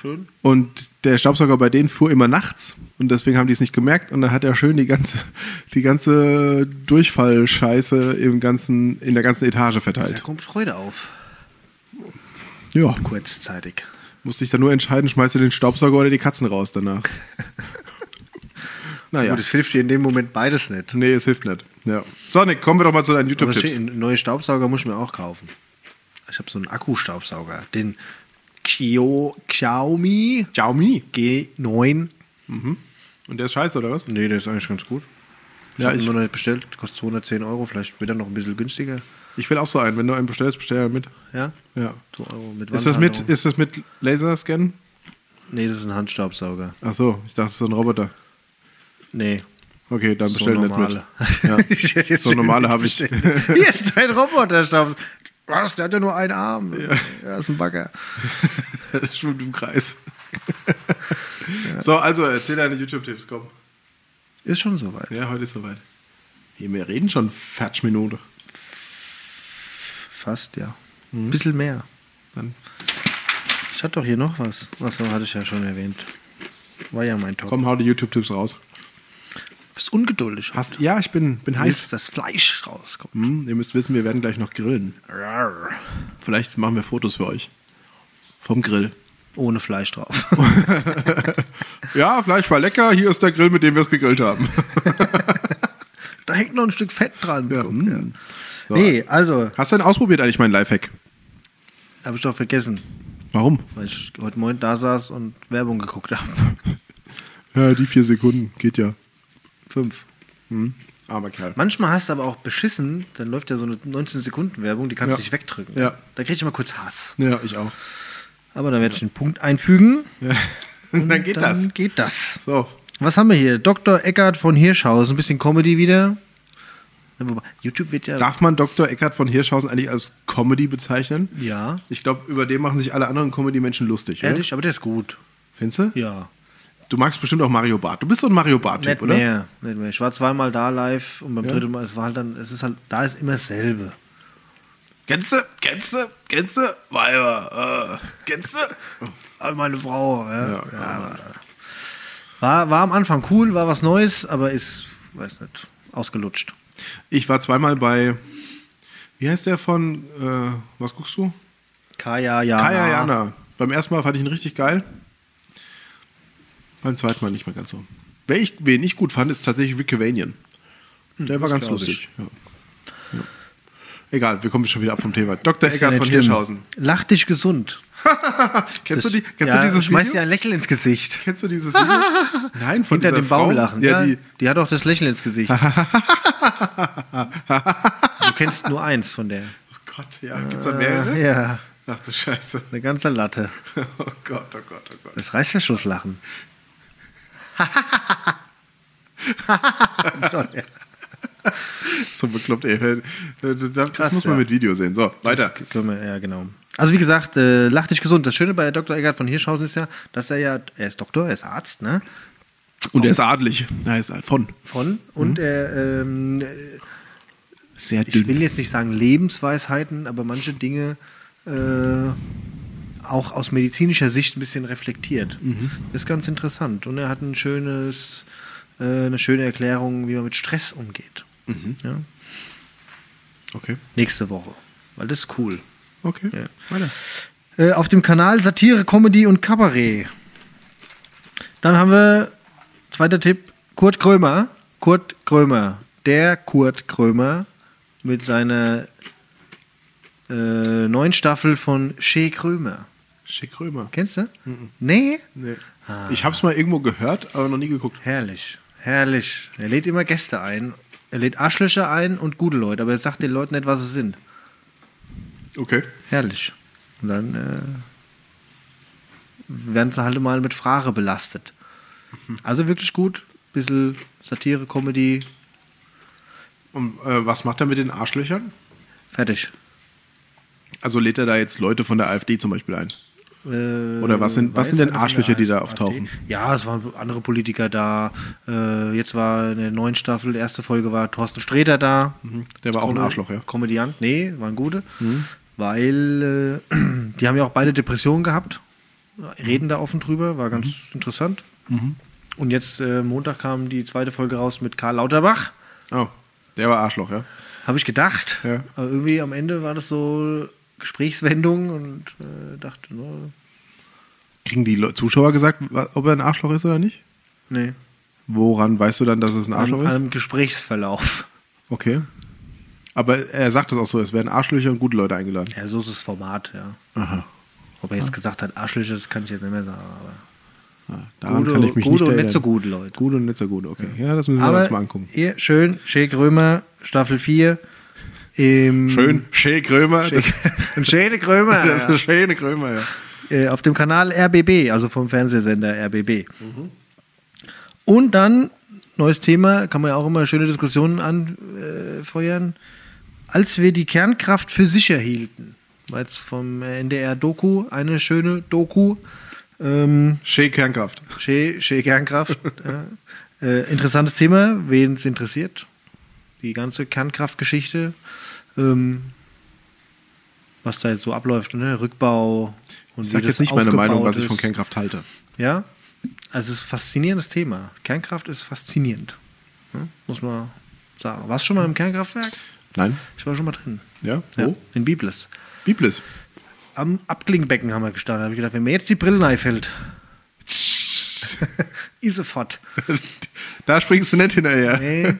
[SPEAKER 2] schön.
[SPEAKER 3] Und der Staubsauger bei denen fuhr immer nachts und deswegen haben die es nicht gemerkt und dann hat er schön die ganze, die ganze Durchfallscheiße im ganzen, in der ganzen Etage
[SPEAKER 2] Da
[SPEAKER 3] verteilt.
[SPEAKER 2] kommt Freude auf.
[SPEAKER 3] Ja.
[SPEAKER 2] Kurzzeitig.
[SPEAKER 3] Musste ich dann nur entscheiden, schmeißt du den Staubsauger oder die Katzen raus danach. naja.
[SPEAKER 2] Gut, es hilft dir in dem Moment beides nicht. Also
[SPEAKER 3] Nee, es hilft nicht. Ja. So, Nick, kommen wir doch mal zu deinen
[SPEAKER 2] Aber
[SPEAKER 3] YouTube-Tipps.
[SPEAKER 2] schön, neue Staubsauger muss ich mir auch kaufen. Ich habe so einen Akkustaubsauger, den Xio, Xiaomi
[SPEAKER 3] Xiaomi.
[SPEAKER 2] G9.
[SPEAKER 3] Und der ist scheiße, oder was?
[SPEAKER 2] Nee, der ist eigentlich ganz gut. Ich
[SPEAKER 3] Ja,
[SPEAKER 2] habe ihn
[SPEAKER 3] ich-
[SPEAKER 2] nur noch nicht bestellt, kostet 210 Euro, vielleicht wird er noch ein bisschen günstiger.
[SPEAKER 3] Ich will auch so einen. Wenn du einen bestellst, bestell einen mit.
[SPEAKER 2] Ja?
[SPEAKER 3] Ja.
[SPEAKER 2] 2 Euro mit
[SPEAKER 3] Ist das mit,
[SPEAKER 2] Wandhalterung.
[SPEAKER 3] ist das mit Laserscan?
[SPEAKER 2] Nee, das ist ein Handstaubsauger.
[SPEAKER 3] Ach so, ich dachte, es ist so ein Roboter.
[SPEAKER 2] Nee,
[SPEAKER 3] Okay, dann
[SPEAKER 2] So
[SPEAKER 3] bestell nicht mit.
[SPEAKER 2] normale.
[SPEAKER 3] Ja.
[SPEAKER 2] Ich hätte jetzt
[SPEAKER 3] so
[SPEAKER 2] schon
[SPEAKER 3] normale habe ich.
[SPEAKER 2] Hier ist dein Roboterstaubsauger. Was? Der hat ja nur einen Arm. Ja, ist ein Bagger.
[SPEAKER 3] Das schwimmt im Kreis. So, also erzähl deine YouTube-Tipps, komm.
[SPEAKER 2] Ist schon soweit.
[SPEAKER 3] Ja, heute ist soweit. Hey, wir reden schon 40 Minuten.
[SPEAKER 2] Fast, ja.
[SPEAKER 3] Mhm.
[SPEAKER 2] Ein bisschen mehr.
[SPEAKER 3] Dann
[SPEAKER 2] Ich hatte doch hier noch was. Was hatte ich ja schon erwähnt. War ja mein Top.
[SPEAKER 3] komm, hau die YouTube-Tipps raus.
[SPEAKER 2] Bist ungeduldig.
[SPEAKER 3] Hast, ja, ich bin, bin heiß.
[SPEAKER 2] heißt, dass Fleisch rauskommt.
[SPEAKER 3] Hm, ihr müsst wissen, wir werden gleich noch grillen.
[SPEAKER 2] Rar.
[SPEAKER 3] Vielleicht machen wir Fotos für euch. Vom Grill.
[SPEAKER 2] Ohne Fleisch drauf.
[SPEAKER 3] Ja, Fleisch war lecker. Hier ist der Grill, mit dem wir es gegrillt haben.
[SPEAKER 2] da hängt noch ein Stück Fett dran.
[SPEAKER 3] Ja,
[SPEAKER 2] Guck,
[SPEAKER 3] mm. So.
[SPEAKER 2] Nee, also,
[SPEAKER 3] Hast du denn ausprobiert eigentlich meinen Lifehack?
[SPEAKER 2] habe ich doch vergessen,
[SPEAKER 3] Warum?
[SPEAKER 2] weil ich heute Morgen da saß und Werbung geguckt habe.
[SPEAKER 3] Ja, die vier Sekunden geht ja. Hm.
[SPEAKER 2] Fünf.
[SPEAKER 3] Armer Kerl.
[SPEAKER 2] Manchmal hast du aber auch beschissen, dann läuft ja so eine 19-Sekunden-Werbung, die kannst du
[SPEAKER 3] Ja.
[SPEAKER 2] nicht wegdrücken.
[SPEAKER 3] Ja.
[SPEAKER 2] Da krieg ich immer kurz Hass.
[SPEAKER 3] Ja, ich auch.
[SPEAKER 2] Aber dann werde ich einen Punkt einfügen.
[SPEAKER 3] Und dann geht
[SPEAKER 2] dann
[SPEAKER 3] das.
[SPEAKER 2] geht das.
[SPEAKER 3] So.
[SPEAKER 2] Was haben wir hier? Dr. Eckart von Hirschhausen, ein bisschen Comedy wieder. Ja, wobei, YouTube wird ja.
[SPEAKER 3] Darf man Dr. Eckart von Hirschhausen eigentlich als Comedy bezeichnen?
[SPEAKER 2] Ja.
[SPEAKER 3] Ich glaube, über den machen sich alle anderen Comedy-Menschen lustig,
[SPEAKER 2] Ehrlich, aber der ist gut.
[SPEAKER 3] oder? Findest du?
[SPEAKER 2] Ja.
[SPEAKER 3] Du magst bestimmt auch Mario Barth. Du bist so ein Mario Barth-Typ,
[SPEAKER 2] Nicht
[SPEAKER 3] oder?
[SPEAKER 2] mehr, nicht mehr. Ich war zweimal da live und beim dritten Mal, es war halt dann, es ist halt, da ist immer dasselbe.
[SPEAKER 3] Kennst du? Kennst du? Kennst du? Weiber. Äh, kennst du?
[SPEAKER 2] Aber meine Frau, ja.
[SPEAKER 3] Ja,
[SPEAKER 2] ja, aber- war, war am Anfang cool, war was Neues, aber ist, weiß nicht, ausgelutscht.
[SPEAKER 3] Ich war zweimal bei, wie heißt der von, äh, was guckst du?
[SPEAKER 2] Kaya Jana.
[SPEAKER 3] Kaya Jana. Beim ersten Mal fand ich ihn richtig geil. Beim zweiten Mal nicht mehr ganz so. Wer ich, wen ich
[SPEAKER 2] Hm,
[SPEAKER 3] gut fand, ist tatsächlich Rick Cavanian. Der war ganz
[SPEAKER 2] glaub
[SPEAKER 3] lustig. Ja. Ja. Egal, wir kommen schon wieder ab vom Thema. Dr.
[SPEAKER 2] Ist ja
[SPEAKER 3] Eckert
[SPEAKER 2] nicht
[SPEAKER 3] von
[SPEAKER 2] schlimm.
[SPEAKER 3] Hirschhausen.
[SPEAKER 2] Lach dich gesund.
[SPEAKER 3] Kennst, du, die, kennst
[SPEAKER 2] ja,
[SPEAKER 3] du dieses
[SPEAKER 2] schmeiß
[SPEAKER 3] Video?
[SPEAKER 2] dir ein Lächeln ins Gesicht.
[SPEAKER 3] Kennst du dieses Video? Nein, von
[SPEAKER 2] Hinter
[SPEAKER 3] dieser
[SPEAKER 2] dem Baum
[SPEAKER 3] Frau.
[SPEAKER 2] lachen.
[SPEAKER 3] Ja, die,
[SPEAKER 2] die hat auch das Lächeln ins Gesicht. du kennst nur eins von der. Äh,
[SPEAKER 3] oh Gott, ja, gibt's da mehrere?
[SPEAKER 2] Ja,
[SPEAKER 3] Ach du Scheiße.
[SPEAKER 2] eine ganze Latte.
[SPEAKER 3] Oh Gott, oh Gott, oh Gott.
[SPEAKER 2] Das Reißverschlusslachen.
[SPEAKER 3] So bekloppt, ey. Das, das
[SPEAKER 2] Krass,
[SPEAKER 3] muss man
[SPEAKER 2] ja.
[SPEAKER 3] mit Video sehen. So, weiter.
[SPEAKER 2] Das können wir, ja, genau. Also wie gesagt, äh, lach dich gesund. Das Schöne bei Dr. Eckert von Hirschhausen ist ja, dass er ja, er ist Doktor, er ist Arzt, ne?
[SPEAKER 3] Und er
[SPEAKER 2] Oh.
[SPEAKER 3] ist adelig. Er ist von.
[SPEAKER 2] Von und er, ähm, äh,
[SPEAKER 3] Sehr
[SPEAKER 2] ich
[SPEAKER 3] dünn.
[SPEAKER 2] will jetzt nicht sagen Lebensweisheiten, aber manche Dinge äh, auch aus medizinischer Sicht ein bisschen reflektiert. Ist ganz interessant. Und er hat ein schönes, äh, eine schöne Erklärung, wie man mit Stress umgeht. Ja?
[SPEAKER 3] Okay,
[SPEAKER 2] Nächste Woche. Weil das ist cool.
[SPEAKER 3] okay.
[SPEAKER 2] Ja.
[SPEAKER 3] Weiter.
[SPEAKER 2] Äh, auf dem Kanal Satire, Comedy und Kabarett. Dann haben wir, zweiter Tipp, Kurt Krömer. Kurt Krömer. Der Kurt Krömer mit seiner äh, neuen Staffel von Shea Krömer.
[SPEAKER 3] Schick Römer.
[SPEAKER 2] Kennst du? Nee?
[SPEAKER 3] Nee. Ich hab's mal irgendwo gehört, aber noch nie geguckt.
[SPEAKER 2] Herrlich, herrlich. Er lädt immer Gäste ein. Er lädt Arschlöcher ein und gute Leute, aber er sagt den Leuten nicht, was sie sind.
[SPEAKER 3] Okay.
[SPEAKER 2] Herrlich. Und dann äh, werden sie halt mal mit Frage belastet. Also wirklich gut. Bisschen Satire, Comedy,
[SPEAKER 3] Und äh, was macht er mit den Arschlöchern?
[SPEAKER 2] fertig.
[SPEAKER 3] Also lädt er da jetzt Leute von der AfD zum Beispiel ein?
[SPEAKER 2] Äh,
[SPEAKER 3] Oder was sind- was
[SPEAKER 2] weiß
[SPEAKER 3] sind
[SPEAKER 2] einer von
[SPEAKER 3] denn
[SPEAKER 2] der
[SPEAKER 3] Arschlöcher, die da
[SPEAKER 2] AfD?
[SPEAKER 3] auftauchen?
[SPEAKER 2] Ja, es waren andere Politiker da. Äh, jetzt war in der neuen Staffel, die erste Folge war Thorsten Sträter da.
[SPEAKER 3] Mhm. Der war auch ein
[SPEAKER 2] Kom-
[SPEAKER 3] Arschloch, ja. Mhm.
[SPEAKER 2] Komödiant, nee, waren gute. Weil äh, die haben ja auch beide Depressionen gehabt, reden da offen drüber, war
[SPEAKER 3] Mhm.
[SPEAKER 2] ganz interessant. Und jetzt äh, Montag kam die zweite Folge raus mit Karl Lauterbach.
[SPEAKER 3] Oh, der war Arschloch, ja.
[SPEAKER 2] Habe ich gedacht.
[SPEAKER 3] Ja.
[SPEAKER 2] Aber irgendwie am Ende war das so Gesprächswendung und äh, dachte, no,
[SPEAKER 3] Kriegen die Le- Zuschauer gesagt, wa- ob er ein Arschloch ist oder nicht?
[SPEAKER 2] nee.
[SPEAKER 3] Woran weißt du dann, dass es ein
[SPEAKER 2] An,
[SPEAKER 3] Arschloch
[SPEAKER 2] an
[SPEAKER 3] ist?
[SPEAKER 2] einem Gesprächsverlauf.
[SPEAKER 3] Okay. Aber er sagt es auch so, es werden Arschlöcher und gute Leute eingeladen.
[SPEAKER 2] Ja, so ist das Format, ja.
[SPEAKER 3] Aha.
[SPEAKER 2] Ob
[SPEAKER 3] Ah.
[SPEAKER 2] er jetzt gesagt hat, Arschlöcher, das kann ich jetzt nicht mehr sagen. Aber,
[SPEAKER 3] Ja, Ah, daran
[SPEAKER 2] Gute-
[SPEAKER 3] kann ich mich
[SPEAKER 2] gute
[SPEAKER 3] nicht
[SPEAKER 2] und nicht
[SPEAKER 3] erinnern.
[SPEAKER 2] so gute Leute.
[SPEAKER 3] Gute und nicht so gute, okay. Ja, das müssen wir uns
[SPEAKER 2] aber
[SPEAKER 3] mal angucken.
[SPEAKER 2] Hier, schön, Schick Römer, Staffel 4. Im
[SPEAKER 3] Schön, Schee Krömer.
[SPEAKER 2] Und Schäde Krömer.
[SPEAKER 3] Das ist eine schöne Krömer, ja.
[SPEAKER 2] äh, auf dem Kanal RBB, also vom Fernsehsender RBB.
[SPEAKER 3] Mhm.
[SPEAKER 2] Und dann, neues Thema, kann man ja auch immer schöne Diskussionen anfeuern. äh, Als wir die Kernkraft für sicher hielten, war jetzt vom äh, NDR Doku, eine schöne Doku, ähm,
[SPEAKER 3] Schee Kernkraft.
[SPEAKER 2] Schee, Schee Kernkraft. ja. äh, interessantes Thema, wen es interessiert. Die ganze Kernkraftgeschichte, ähm, was da jetzt so abläuft, ne? Rückbau und
[SPEAKER 3] Ich
[SPEAKER 2] wie
[SPEAKER 3] sage
[SPEAKER 2] das
[SPEAKER 3] jetzt nicht meine Meinung,
[SPEAKER 2] aufgebaut
[SPEAKER 3] was ich von
[SPEAKER 2] ist.
[SPEAKER 3] Kernkraft halte.
[SPEAKER 2] Ja, also es ist ein faszinierendes Thema. Kernkraft ist faszinierend, ne? muss man sagen. Warst du schon mal im Kernkraftwerk?
[SPEAKER 3] Nein?
[SPEAKER 2] Ich war schon mal drin.
[SPEAKER 3] Ja?
[SPEAKER 2] Ja,
[SPEAKER 3] Wo?
[SPEAKER 2] in Biblis.
[SPEAKER 3] Biblis.
[SPEAKER 2] Am Abklingbecken haben wir gestanden. Da habe ich gedacht, wenn mir jetzt die Brille einfällt, ist sofort.
[SPEAKER 3] da springst du nicht hinterher.
[SPEAKER 2] Nee.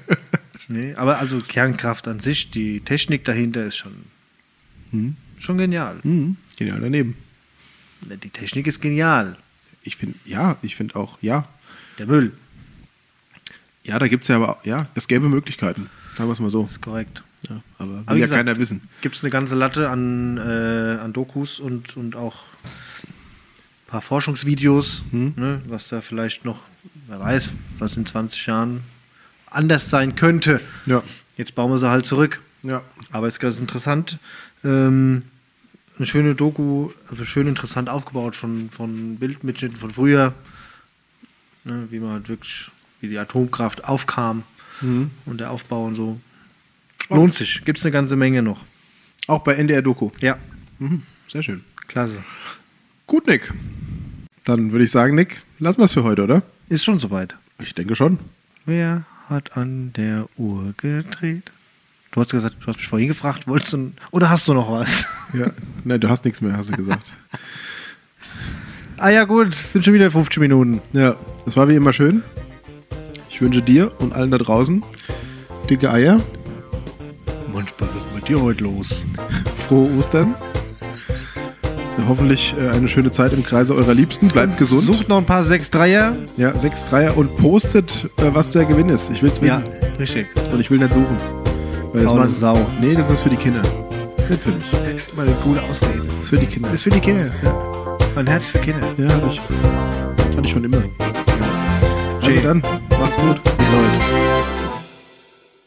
[SPEAKER 2] nee. Aber also Kernkraft an sich, die Technik dahinter ist schon,
[SPEAKER 3] Hm?
[SPEAKER 2] schon genial.
[SPEAKER 3] Mhm. Genial daneben.
[SPEAKER 2] Die Technik ist genial.
[SPEAKER 3] Ich finde, ja, ich finde auch, ja.
[SPEAKER 2] Der Müll
[SPEAKER 3] Ja, da gibt es ja aber, auch- ja, es gäbe Möglichkeiten. Sagen wir es mal so.
[SPEAKER 2] ist korrekt.
[SPEAKER 3] Ja, aber will
[SPEAKER 2] Aber wie
[SPEAKER 3] ja
[SPEAKER 2] gesagt,
[SPEAKER 3] keiner wissen.
[SPEAKER 2] Gibt es eine ganze Latte an, äh, an Dokus und, und auch ein paar Forschungsvideos,
[SPEAKER 3] Hm?
[SPEAKER 2] ne, was da vielleicht noch, wer weiß, was in 20 Jahren anders sein könnte.
[SPEAKER 3] Ja.
[SPEAKER 2] Jetzt bauen wir sie halt zurück.
[SPEAKER 3] Ja.
[SPEAKER 2] Aber ist ganz interessant. Ähm, eine schöne Doku, also schön interessant aufgebaut von, von Bildmitschnitten von früher. Ne, wie man halt wirklich, wie die Atomkraft aufkam und der Aufbau und so. Lohnt sich. Gibt es eine ganze Menge noch.
[SPEAKER 3] Auch bei NDR Doku.
[SPEAKER 2] Ja,
[SPEAKER 3] Mhm. Sehr schön.
[SPEAKER 2] klasse.
[SPEAKER 3] Gut, Nick. Dann würde ich sagen, Nick, lassen wir es für heute, oder?
[SPEAKER 2] Ist schon soweit.
[SPEAKER 3] Ich denke schon.
[SPEAKER 2] Wer hat an der Uhr gedreht? Du hast gesagt, du hast mich vorhin gefragt, wolltest du, oder hast du noch was?
[SPEAKER 3] Ja. Nein, du hast nichts mehr, hast du gesagt.
[SPEAKER 2] ah ja gut, es sind schon wieder 15 Minuten.
[SPEAKER 3] ja, es war wie immer schön. Ich wünsche dir und allen da draußen dicke Eier, einen
[SPEAKER 2] Manchmal ist mit dir heute los.
[SPEAKER 3] Frohe Ostern. Hoffentlich äh, eine schöne Zeit im Kreise eurer Liebsten. Bleibt gesund.
[SPEAKER 2] Sucht noch ein paar 6-3er.
[SPEAKER 3] Ja, sechs Dreier und postet, äh, was der Gewinn ist. Ich will's wissen.
[SPEAKER 2] richtig.
[SPEAKER 3] Und ich will nicht suchen. Weil
[SPEAKER 2] Faule
[SPEAKER 3] macht-
[SPEAKER 2] Sau.
[SPEAKER 3] Nee, das ist für die Kinder. Das ist nicht für mich.
[SPEAKER 2] Das ist mal eine gute Ausrede.
[SPEAKER 3] Das ist für die Kinder.
[SPEAKER 2] Das ist für die Kinder. Ein Herz für Kinder.
[SPEAKER 3] Ja, hab ich. Hatte ich schon immer. Also
[SPEAKER 2] Schön.
[SPEAKER 3] dann,